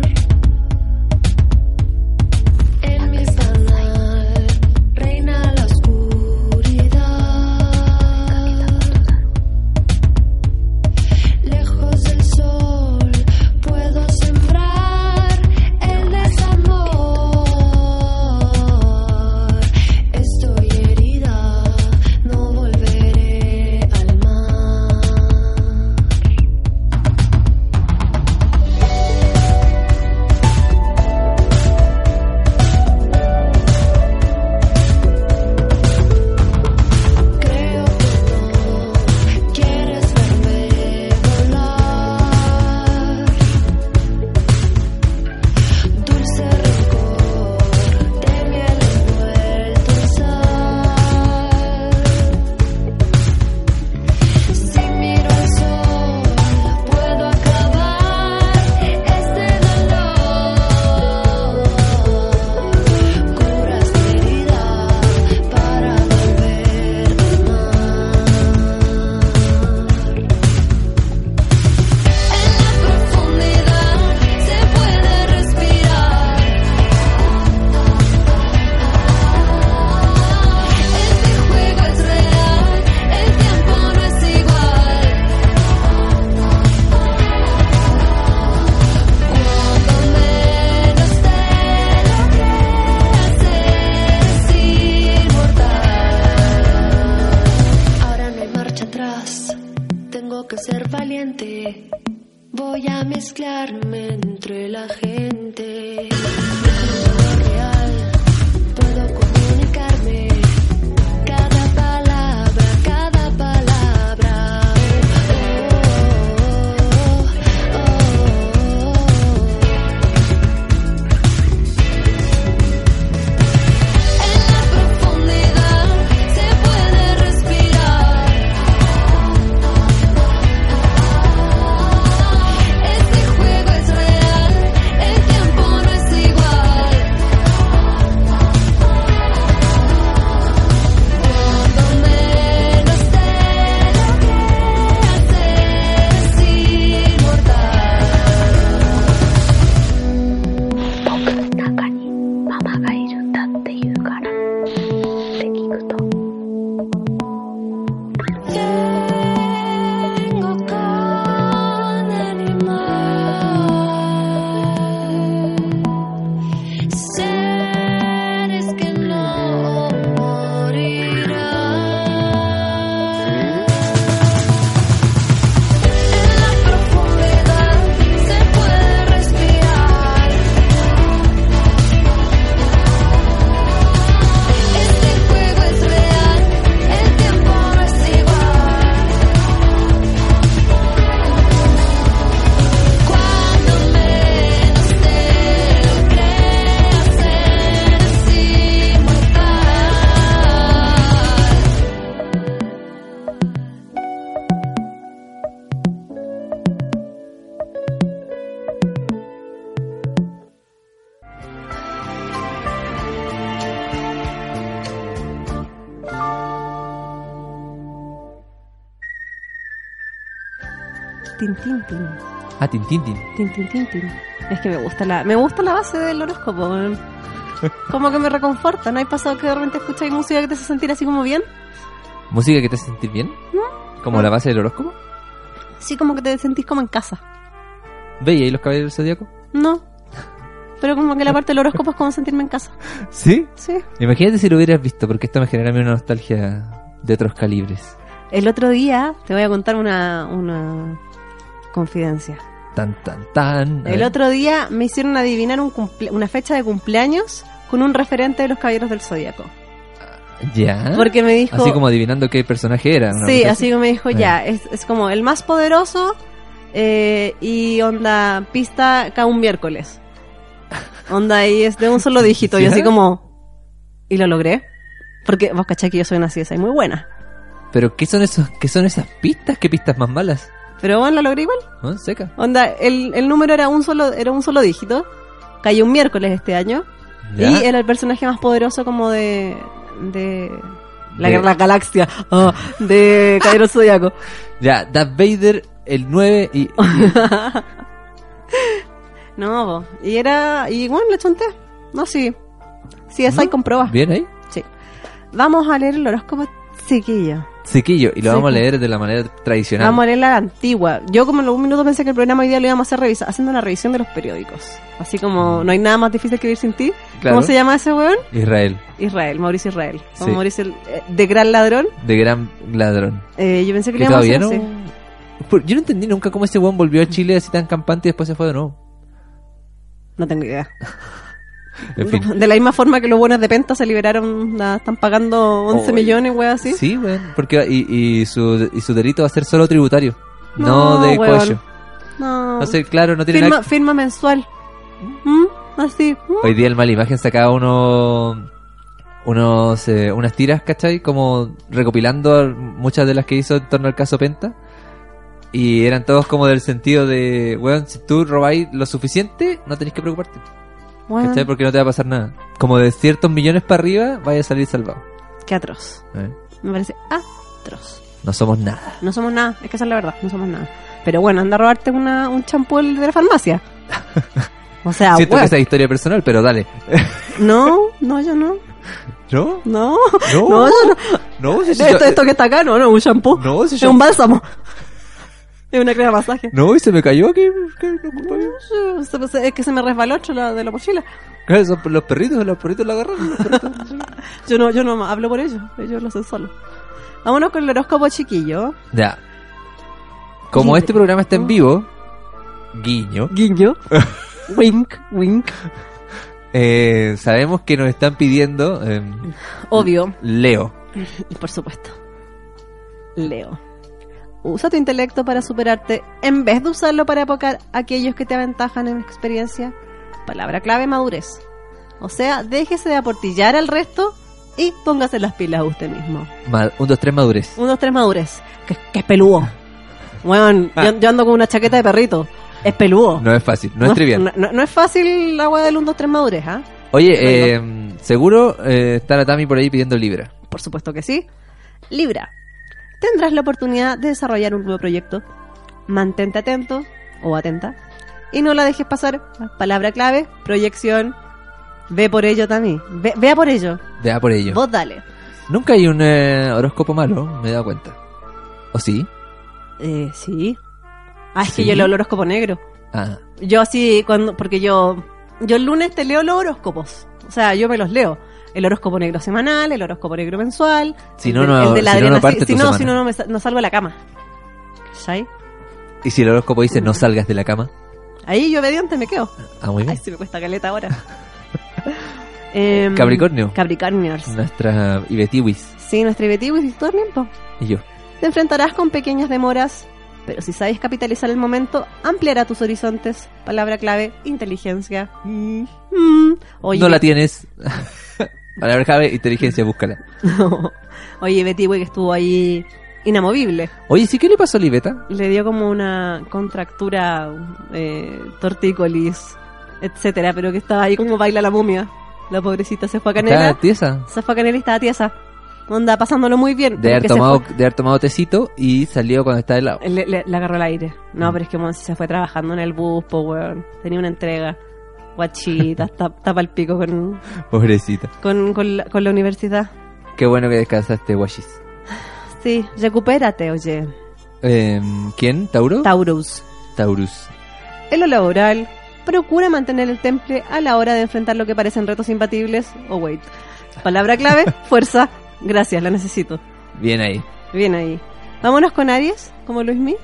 [SPEAKER 4] en mi espanal reina la oscuridad. Lejos del sol puedo sembrar el desamor. Estoy herida, no volveré al mar. Creo que no quieres verme volar. Dulce rencor de miel envuelto en sal. Si miro al sol, puedo acabar este dolor. Curas mi herida para volver al mar. En la profundidad se puede respirar. Este juego es real, el tiempo no es igual. Cuando menos te lo creas, eres inmortal. Ahora no hay marcha atrás, tengo que ser valiente. Voy a mezclarme entre la gente. Mi mundo real, puedo comunicarme. Cada palabra, cada palabra. Oh, oh, oh, oh, oh. Este
[SPEAKER 2] Tintintin.
[SPEAKER 3] Ah, Tintín, Tin.
[SPEAKER 2] Tintintintin. Es que me gusta la, me gusta la base del horóscopo. weón. Como que me reconforta, ¿no? Hay pasado que de repente escucháis música que te hace sentir así como bien.
[SPEAKER 3] ¿Música que te hace sentir bien? ¿Como la base del horóscopo?
[SPEAKER 2] Sí, como que te sentís como en casa.
[SPEAKER 3] ¿Veía ahí los caballeros del zodíaco?
[SPEAKER 2] No. Pero como que la parte del horóscopo es como sentirme en casa.
[SPEAKER 3] ¿Sí?
[SPEAKER 2] Sí.
[SPEAKER 3] Imagínate si lo hubieras visto, porque esto me genera a mí una nostalgia de otros calibres.
[SPEAKER 2] El otro día te voy a contar una, una confidencia.
[SPEAKER 3] Tan, tan, tan. A
[SPEAKER 2] El
[SPEAKER 3] ver.
[SPEAKER 2] otro día me hicieron adivinar un cumple- una fecha de cumpleaños con un referente de los Caballeros del Zodíaco.
[SPEAKER 3] Ya.
[SPEAKER 2] Porque me dijo...
[SPEAKER 3] Ah, Así como adivinando qué personaje era. una
[SPEAKER 2] Sí,
[SPEAKER 3] cosa
[SPEAKER 2] así como me dijo, ya, es, es como el más poderoso eh, y onda pista cada un miércoles. Onda y es de un solo dígito. Y
[SPEAKER 3] ¿Ya?
[SPEAKER 2] así como... Y lo logré. Porque vos cachai que yo soy una CSI muy buena.
[SPEAKER 3] Pero ¿qué son esos, qué son esas pistas? ¿Qué pistas más malas?
[SPEAKER 2] Pero bueno, lo logré igual.
[SPEAKER 3] ¿No? Seca.
[SPEAKER 2] Onda, el, el número era un solo era un solo dígito. Cayó un miércoles este año.
[SPEAKER 3] ¿Ya?
[SPEAKER 2] Y era el personaje más poderoso como de... de... La,
[SPEAKER 3] De-
[SPEAKER 2] la galaxia ah, de Cairo Zodíaco.
[SPEAKER 3] Ya, Darth Vader, el 9 y...
[SPEAKER 2] No, po. y era. Y bueno, le chunté. No, sí. Sí, esa ahí comproba.
[SPEAKER 3] ¿Bien ahí?
[SPEAKER 2] Sí. Vamos a leer el horóscopo chiquillo.
[SPEAKER 3] Sequillo. Y lo
[SPEAKER 2] Sí.
[SPEAKER 3] vamos a leer de la manera tradicional.
[SPEAKER 2] Vamos a leer la antigua. Yo, como en algún minuto pensé que el programa hoy día lo íbamos a hacer revisa- haciendo una revisión de los periódicos. Así como no hay nada más difícil que vivir sin ti.
[SPEAKER 3] Mm. Claro.
[SPEAKER 2] ¿Cómo se llama ese weón?
[SPEAKER 3] Israel,
[SPEAKER 2] Israel, Mauricio Israel. O
[SPEAKER 3] Sí.
[SPEAKER 2] Mauricio el- eh, de Gran Ladrón.
[SPEAKER 3] de gran ladrón.
[SPEAKER 2] Eh, yo pensé que
[SPEAKER 3] Que
[SPEAKER 2] lo íbamos a
[SPEAKER 3] todavía
[SPEAKER 2] hacer
[SPEAKER 3] no...
[SPEAKER 2] así.
[SPEAKER 3] Por- Yo no entendí nunca cómo ese weón volvió a Chile así tan campante y después se fue de nuevo.
[SPEAKER 2] No tengo idea.
[SPEAKER 3] En fin.
[SPEAKER 2] De la misma forma que los buenos de Penta se liberaron, nada, están pagando 11
[SPEAKER 3] Oh,
[SPEAKER 2] millones, weón, así.
[SPEAKER 3] Sí, weón. Porque, y, y, su, y su delito va a ser solo tributario. No,
[SPEAKER 2] No,
[SPEAKER 3] de
[SPEAKER 2] weón.
[SPEAKER 3] cocho.
[SPEAKER 2] No.
[SPEAKER 3] No sé, claro, no tiene
[SPEAKER 2] firma,
[SPEAKER 3] nada...
[SPEAKER 2] firma mensual. ¿Mm? Así. ¿Mm?
[SPEAKER 3] Hoy día el Mala Imagen sacaba uno, unos, eh, unas tiras, ¿cachai? Como recopilando muchas de las que hizo en torno al caso Penta. Y eran todos como del sentido de, weón, si tú robáis lo suficiente, no tenés que preocuparte,
[SPEAKER 2] Bueno,
[SPEAKER 3] ¿cachai? Porque no te va a pasar nada. Como de ciertos millones para arriba, vaya a salir salvado.
[SPEAKER 2] qué atroz.
[SPEAKER 3] ¿eh?
[SPEAKER 2] Me parece atroz.
[SPEAKER 3] No somos nada.
[SPEAKER 2] No somos nada. Es que esa es la verdad. No somos nada. Pero bueno, anda a robarte una, un champú de la farmacia. O sea,
[SPEAKER 3] Siento que
[SPEAKER 2] Ah, weón.
[SPEAKER 3] esa es historia personal, pero dale.
[SPEAKER 2] no, no, yo no.
[SPEAKER 3] ¿No?
[SPEAKER 2] No,
[SPEAKER 3] No,
[SPEAKER 2] no, yo no.
[SPEAKER 3] no, si- si-
[SPEAKER 2] Esto, esto que está acá, no, no, un champú.
[SPEAKER 3] No, si
[SPEAKER 2] es
[SPEAKER 3] yo-
[SPEAKER 2] un bálsamo. Es una crema de masaje.
[SPEAKER 3] no, y se me cayó aquí. ¿qué? No, culpa mía.
[SPEAKER 2] No, se- se- Es que se me resbaló otro la- de la mochila.
[SPEAKER 3] Claro, son los perritos, los perritos la agarran. los perritos.
[SPEAKER 2] Yo no, yo no hablo por ellos, ellos lo hacen solo. Vámonos con el horóscopo chiquillo.
[SPEAKER 3] Ya. Como
[SPEAKER 2] Libre.
[SPEAKER 3] este programa
[SPEAKER 2] Ah.
[SPEAKER 3] está en vivo, guiño,
[SPEAKER 2] Guiño. wink, wink.
[SPEAKER 3] eh, sabemos que nos están pidiendo eh,
[SPEAKER 2] Obvio.
[SPEAKER 3] Leo.
[SPEAKER 2] Y por supuesto. Leo. Usa tu intelecto para superarte en vez de usarlo para evocar a aquellos que te aventajan en experiencia. Palabra clave, madurez. O sea, déjese de aportillar al resto y póngase las pilas usted mismo.
[SPEAKER 3] Ma- un, dos, tres, madurez.
[SPEAKER 2] Un, dos, tres, madurez. Que, que es peludo. Bueno, yo, yo ando con una chaqueta de perrito. Es peludo.
[SPEAKER 3] Ah. No es fácil, no es trivial.
[SPEAKER 2] No, no- no es fácil la agua del 1, 2, 3 madurez, ¿ah?
[SPEAKER 3] Oye, eh, seguro eh, está la Tami por ahí pidiendo Libra.
[SPEAKER 2] Por supuesto que sí. Libra, tendrás la oportunidad de desarrollar un nuevo proyecto. Mantente atento o atenta y no la dejes pasar. Palabra clave, proyección. Ve por ello también. Ve, vea por ello.
[SPEAKER 3] Vea por ello.
[SPEAKER 2] Vos dale.
[SPEAKER 3] Nunca hay un eh, horóscopo malo, me he dado cuenta. ¿O sí?
[SPEAKER 2] Eh, sí. Ah, es
[SPEAKER 3] Sí.
[SPEAKER 2] que yo leo el horóscopo negro.
[SPEAKER 3] Ah,
[SPEAKER 2] Yo así, cuando, porque yo, yo el lunes te leo los horóscopos. O sea, yo me los leo. El horóscopo negro semanal, el horóscopo negro mensual.
[SPEAKER 3] Si
[SPEAKER 2] el
[SPEAKER 3] no,
[SPEAKER 2] del-
[SPEAKER 3] no-
[SPEAKER 2] el de la
[SPEAKER 3] si no, no
[SPEAKER 2] Adriana-
[SPEAKER 3] parte
[SPEAKER 2] si,
[SPEAKER 3] tu
[SPEAKER 2] no,
[SPEAKER 3] semana.
[SPEAKER 2] si no, no, me sa- no salgo de la cama. ¿Cachai?
[SPEAKER 3] y si el horóscopo dice no salgas de la cama.
[SPEAKER 2] Ahí yo obediente me quedo.
[SPEAKER 3] Ah, muy
[SPEAKER 2] Ay,
[SPEAKER 3] bien.
[SPEAKER 2] se me cuesta caleta ahora. Em,
[SPEAKER 3] Capricornio.
[SPEAKER 2] Capricornios.
[SPEAKER 3] Nuestra Ibetiwis
[SPEAKER 2] Sí, nuestro objetivo es todo el tiempo.
[SPEAKER 3] y yo.
[SPEAKER 2] Te enfrentarás con pequeñas demoras, pero si sabes capitalizar el momento, ampliará tus horizontes. Palabra clave, inteligencia. Mm, Oye,
[SPEAKER 3] No la tienes. Palabra clave, inteligencia, búscala.
[SPEAKER 2] Oye, Betty Way que estuvo ahí inamovible.
[SPEAKER 3] Oye, ¿sí qué le pasó a Libeta?
[SPEAKER 2] Le dio como una contractura eh, tortícolis, etcétera, pero que estaba ahí como baila la momia. La pobrecita se fue a
[SPEAKER 3] Está
[SPEAKER 2] canela.
[SPEAKER 3] tiesa.
[SPEAKER 2] Se fue a canela y estaba tiesa. Onda, pasándolo muy bien.
[SPEAKER 3] De haber,
[SPEAKER 2] porque se
[SPEAKER 3] tomado,
[SPEAKER 2] fue-
[SPEAKER 3] de haber tomado tecito y salió cuando estaba helado.
[SPEAKER 2] Le, le- le agarró el aire.
[SPEAKER 3] Mm.
[SPEAKER 2] No, pero es que Monsi se fue trabajando en el bus, po, weón. Tenía una entrega. Guachita, está tapa el pico con,
[SPEAKER 3] Pobrecita.
[SPEAKER 2] con, con la, con la universidad.
[SPEAKER 3] Qué bueno que descansaste, Washis.
[SPEAKER 2] Sí, recupérate, oye.
[SPEAKER 3] Eh, ¿Quién? ¿Tauro?
[SPEAKER 2] Taurus.
[SPEAKER 3] Taurus.
[SPEAKER 2] En lo laboral, procura mantener el temple a la hora de enfrentar lo que parecen retos imbatibles. O wait. Palabra clave, fuerza. Gracias, la necesito.
[SPEAKER 3] Bien ahí.
[SPEAKER 2] Bien ahí. Vámonos con Aries, como Luismi.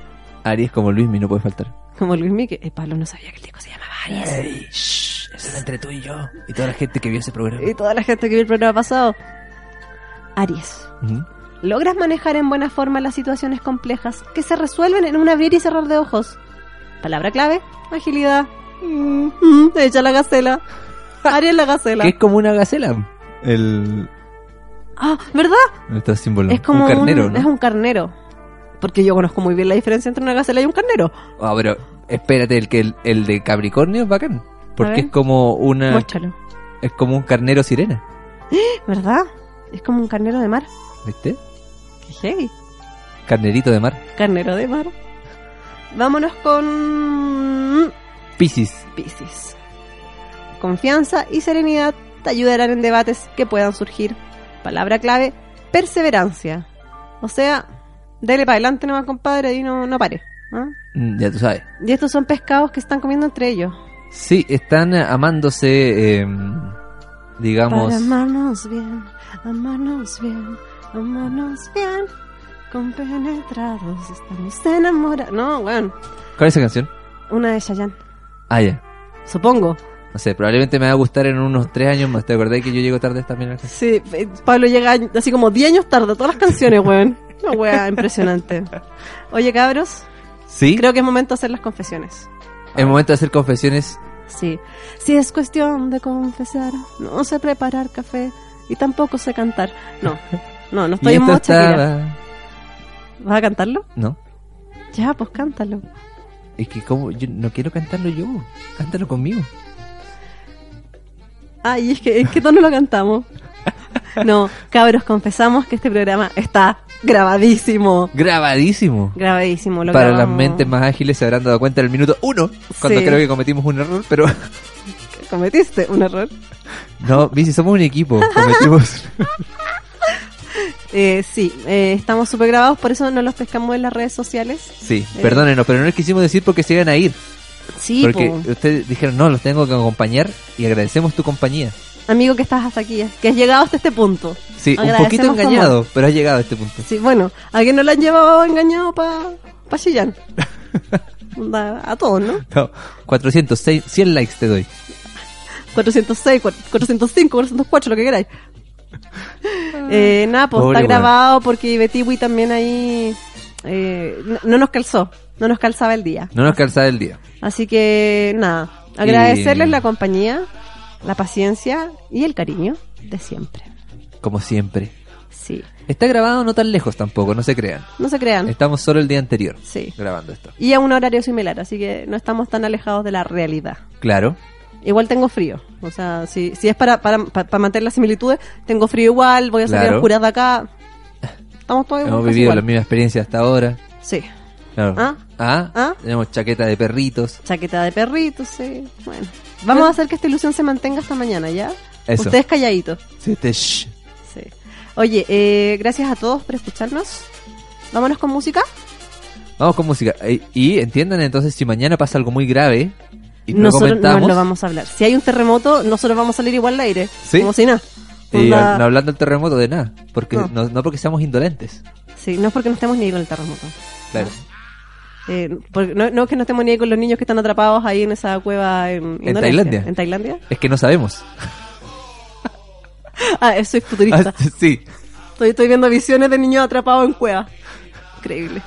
[SPEAKER 3] Aries como Luismi no puede faltar.
[SPEAKER 2] Como Luismi, que eh, Pablo no sabía que el disco se llamaba Aries.
[SPEAKER 3] eso es entre tú y yo. Y toda la gente que vio ese programa.
[SPEAKER 2] Y toda la gente que vio el programa pasado. Aries. Logras manejar en buena forma las situaciones complejas que se resuelven en un abrir y cerrar de ojos. Palabra clave, agilidad. Mm, mm, echa la gacela. Aries la gacela.
[SPEAKER 3] Que es como una gacela. El...
[SPEAKER 2] Ah, ¿verdad?
[SPEAKER 3] Nuestro símbolo.
[SPEAKER 2] Es como
[SPEAKER 3] un carnero,
[SPEAKER 2] un-
[SPEAKER 3] ¿no?
[SPEAKER 2] Es un carnero. Porque yo conozco muy bien la diferencia entre una gacela y un carnero.
[SPEAKER 3] Ah, pero espérate, el, que el, el de Capricornio es bacán. Porque
[SPEAKER 2] ver.
[SPEAKER 3] es como una...
[SPEAKER 2] Muéstralo.
[SPEAKER 3] Es como un carnero sirena.
[SPEAKER 2] ¿Verdad? Es como un carnero de mar.
[SPEAKER 3] ¿Viste?
[SPEAKER 2] Qué heavy.
[SPEAKER 3] Carnerito de mar.
[SPEAKER 2] Carnero de mar. Vámonos con
[SPEAKER 3] Piscis.
[SPEAKER 2] Piscis. Confianza y serenidad te ayudarán en debates que puedan surgir. Palabra clave, perseverancia. O sea, dele para adelante nomás, compadre, y no, no pare. ¿ah?
[SPEAKER 3] Mm, Ya tú sabes.
[SPEAKER 2] Y estos son pescados que están comiendo entre ellos.
[SPEAKER 3] Sí, están eh, amándose, eh, digamos...
[SPEAKER 2] Para amarnos bien, amarnos bien, amarnos bien. Compenetrados, estamos enamorados. No, weón.
[SPEAKER 3] ¿Cuál es esa canción?
[SPEAKER 2] Una de Shayan,
[SPEAKER 3] Ah, ya.
[SPEAKER 2] supongo.
[SPEAKER 3] No sé, probablemente me va a gustar en unos tres años más. ¿Te acordás que yo llego tarde también a la canción?
[SPEAKER 2] Sí, eh, Pablo llega así como 10 años tarde a todas las canciones, weón. Una wea impresionante. Oye, cabros,
[SPEAKER 3] Sí,
[SPEAKER 2] creo que es momento de hacer las confesiones.
[SPEAKER 3] el momento de hacer confesiones.
[SPEAKER 2] Sí. Si es cuestión de confesar, no sé preparar café y tampoco sé cantar. No, no, no estoy
[SPEAKER 3] y
[SPEAKER 2] en
[SPEAKER 3] esto
[SPEAKER 2] modo Shakira.
[SPEAKER 3] estaba...
[SPEAKER 2] ¿Vas a cantarlo?
[SPEAKER 3] No,
[SPEAKER 2] Ya, pues cántalo.
[SPEAKER 3] es que como... Yo no quiero cantarlo yo. Cántalo conmigo.
[SPEAKER 2] Ay, Ah, es que, es que todos no lo cantamos. No, cabros, confesamos que este programa está grabadísimo.
[SPEAKER 3] Grabadísimo.
[SPEAKER 2] Grabadísimo, lo
[SPEAKER 3] Para las
[SPEAKER 2] grabamos.
[SPEAKER 3] mentes más ágiles se habrán dado cuenta del minuto uno, cuando
[SPEAKER 2] Sí.
[SPEAKER 3] creo que cometimos un error, pero
[SPEAKER 2] Cometiste un error.
[SPEAKER 3] no, Bici, somos un equipo, cometimos...
[SPEAKER 2] Eh, sí, eh, estamos súper grabados, por eso no los pescamos en las redes sociales.
[SPEAKER 3] Sí, perdónenos, pero no les quisimos decir porque se iban a ir.
[SPEAKER 2] Sí,
[SPEAKER 3] porque
[SPEAKER 2] po.
[SPEAKER 3] ustedes dijeron, no, los tengo que acompañar y agradecemos tu compañía.
[SPEAKER 2] amigo que estás hasta aquí, que has llegado hasta este punto.
[SPEAKER 3] Sí, un
[SPEAKER 2] Agradecemos
[SPEAKER 3] poquito
[SPEAKER 2] tu amor.
[SPEAKER 3] engañado, pero has llegado a este punto.
[SPEAKER 2] Sí, bueno, a quien no lo han llevado engañado para pa Chillán. Onda, a todos, ¿no?
[SPEAKER 3] No, 400, seis- 100 likes te doy.
[SPEAKER 2] 406, cuat- 405, 404, lo que queráis. Eh, nada, pues
[SPEAKER 3] Pobre
[SPEAKER 2] está
[SPEAKER 3] weón.
[SPEAKER 2] grabado porque Betiwi también ahí eh, no, no nos calzó, no nos calzaba el día.
[SPEAKER 3] No nos cansaba el día.
[SPEAKER 2] Así que nada, agradecerles la compañía, la paciencia y el cariño de siempre.
[SPEAKER 3] Como siempre.
[SPEAKER 2] Sí,
[SPEAKER 3] Está grabado no tan lejos tampoco, no se crean.
[SPEAKER 2] no se crean.
[SPEAKER 3] Estamos solo el día anterior
[SPEAKER 2] Sí.
[SPEAKER 3] grabando esto.
[SPEAKER 2] Y a un horario similar, así que no estamos tan alejados de la realidad.
[SPEAKER 3] Claro.
[SPEAKER 2] Igual tengo frío, o sea, si, si es para, para, pa- para mantener las similitudes, tengo frío igual, voy a salir
[SPEAKER 3] Claro.
[SPEAKER 2] a oscuras de acá. Estamos todos
[SPEAKER 3] Hemos
[SPEAKER 2] casi
[SPEAKER 3] vivido
[SPEAKER 2] igual.
[SPEAKER 3] la misma experiencia hasta ahora.
[SPEAKER 2] Sí,
[SPEAKER 3] Claro.
[SPEAKER 2] Ah.
[SPEAKER 3] Ah,
[SPEAKER 2] Ah.
[SPEAKER 3] Tenemos chaqueta de perritos.
[SPEAKER 2] chaqueta de perrito, sí. Bueno, vamos a hacer que esta ilusión se mantenga hasta mañana, ¿ya?
[SPEAKER 3] Eso.
[SPEAKER 2] Ustedes calladitos.
[SPEAKER 3] Sí, te- shh.
[SPEAKER 2] Sí. Oye, eh, gracias a todos por escucharnos. Vámonos con música.
[SPEAKER 3] Vamos con música. Y, y entiendan entonces si mañana pasa algo muy grave y no
[SPEAKER 2] nosotros
[SPEAKER 3] comentamos.
[SPEAKER 2] no lo vamos a hablar. Si hay un terremoto, nosotros vamos a salir igual al aire.
[SPEAKER 3] Sí.
[SPEAKER 2] Como si nada.
[SPEAKER 3] Y
[SPEAKER 2] Onda-
[SPEAKER 3] a- no hablando del terremoto de nada, porque
[SPEAKER 2] Pues No.
[SPEAKER 3] no, no porque seamos indolentes.
[SPEAKER 2] Sí, no es porque no estemos ni ahí con el terremoto.
[SPEAKER 3] Claro.
[SPEAKER 2] Eh, porque no, no es que no estemos ni ahí con los niños que están atrapados ahí en esa cueva en, Indonesia.
[SPEAKER 3] Tailandia.
[SPEAKER 2] ¿En Tailandia?
[SPEAKER 3] Es que no sabemos.
[SPEAKER 2] Ah, eh, soy futurista.
[SPEAKER 3] Ah, sí.
[SPEAKER 2] Estoy, estoy viendo visiones de niños atrapados en cuevas. Increíble.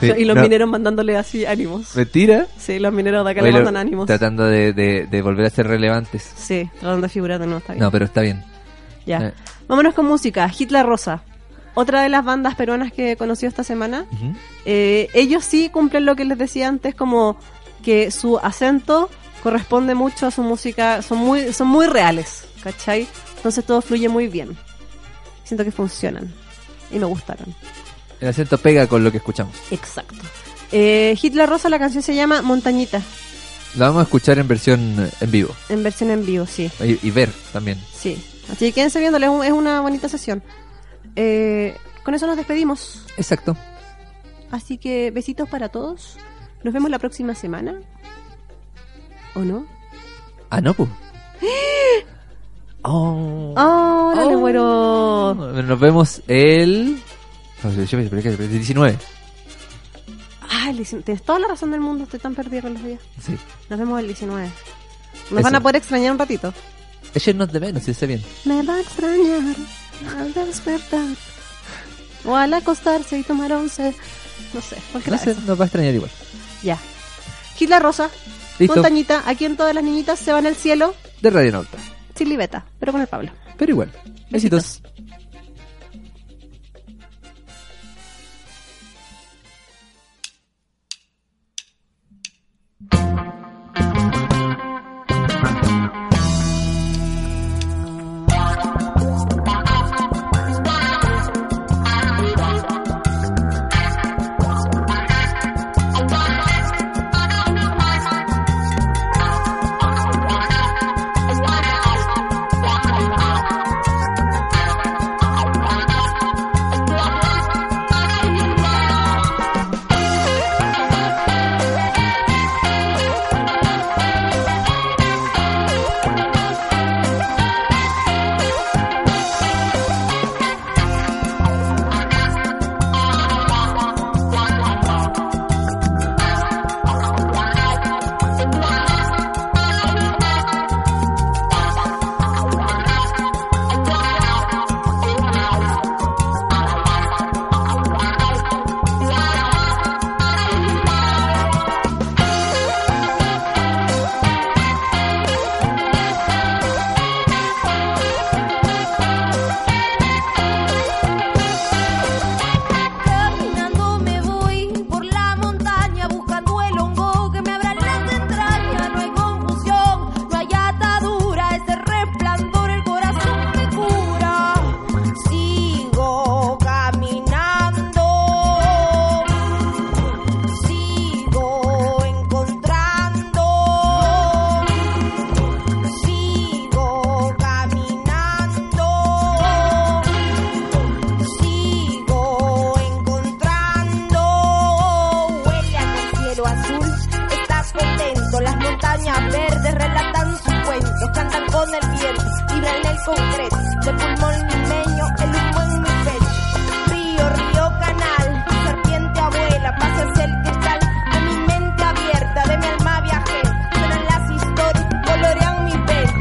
[SPEAKER 3] Sí,
[SPEAKER 2] y los
[SPEAKER 3] no.
[SPEAKER 2] mineros mandándole así ánimos.
[SPEAKER 3] Mentira.
[SPEAKER 2] Sí, los mineros de acá
[SPEAKER 3] Oye,
[SPEAKER 2] le
[SPEAKER 3] lo-
[SPEAKER 2] mandan ánimos.
[SPEAKER 3] Tratando de, de- de volver a ser relevantes.
[SPEAKER 2] Sí, tratando de figurar de nuevo. Está bien.
[SPEAKER 3] No, pero está bien.
[SPEAKER 2] Ya.
[SPEAKER 3] Eh.
[SPEAKER 2] Vámonos con música. Hitler Rosa. Otra de las bandas peruanas que he conocido esta semana.
[SPEAKER 3] Ujú.
[SPEAKER 2] Eh, ellos sí cumplen lo que les decía antes, como que su acento corresponde mucho a su música. Son muy, son muy reales, ¿cachai? Entonces todo fluye muy bien. Siento que funcionan. y me gustaron.
[SPEAKER 3] El acento pega con lo que escuchamos.
[SPEAKER 2] Exacto. Eh, Hitler Rosa, la canción se llama Montañita,
[SPEAKER 3] La vamos a escuchar en versión eh, en vivo.
[SPEAKER 2] en versión en vivo, sí.
[SPEAKER 3] Y, y ver también.
[SPEAKER 2] Sí. Así que quédense viéndole, es, un- es una bonita sesión. Eh, con eso nos despedimos.
[SPEAKER 3] Exacto.
[SPEAKER 2] Así que besitos para todos. Nos vemos la próxima semana. ¿O no?
[SPEAKER 3] Ah, no, pues. Oh.
[SPEAKER 2] ¡Oh, no le muero!
[SPEAKER 3] Nos vemos el 19.
[SPEAKER 2] Ay, Liz, tienes toda la razón del mundo, estoy tan perdida con los días.
[SPEAKER 3] Sí.
[SPEAKER 2] Nos vemos el 19. Nos
[SPEAKER 3] Eso.
[SPEAKER 2] van a poder extrañar un ratito.
[SPEAKER 3] Ella no es de menos, si está bien.
[SPEAKER 2] Me va a extrañar al despertar. O al acostarse y tomar once. No sé, cualquier
[SPEAKER 3] No sé, nos va a extrañar igual.
[SPEAKER 2] Ya. Gila Rosa,
[SPEAKER 3] Listo.
[SPEAKER 2] Montañita, aquí en todas las niñitas se van al cielo
[SPEAKER 3] De Radio Nauta.
[SPEAKER 2] sin libeta, pero con el Pablo.
[SPEAKER 3] Pero igual. Besitos.
[SPEAKER 4] Caminando me voy por la montaña buscando el hongo que me abra las entrañas. No hay confusión, no hay atadura, ese resplandor el corazón me cura. Sigo caminando, sigo encontrando, sigo caminando. Sigo encontrando huella del cielo azul. Estás contento, las montañas verdes relatan sus cuentos, cantan con el viento, vibran el concreto. De pulmón limeño, el humo en mi pecho. Río, río, canal, serpiente abuela, pasas el cristal de mi mente abierta, de mi alma viajera. Suenan las historias, colorean mi pecho.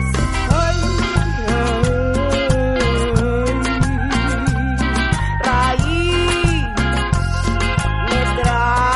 [SPEAKER 4] raíz me traga.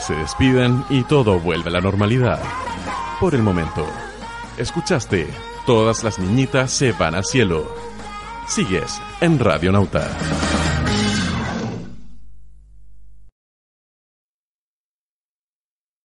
[SPEAKER 1] se despidan y todo vuelve a la normalidad. Por el momento, escuchaste, todas las niñitas se van al cielo. Sigues en Radio Nauta.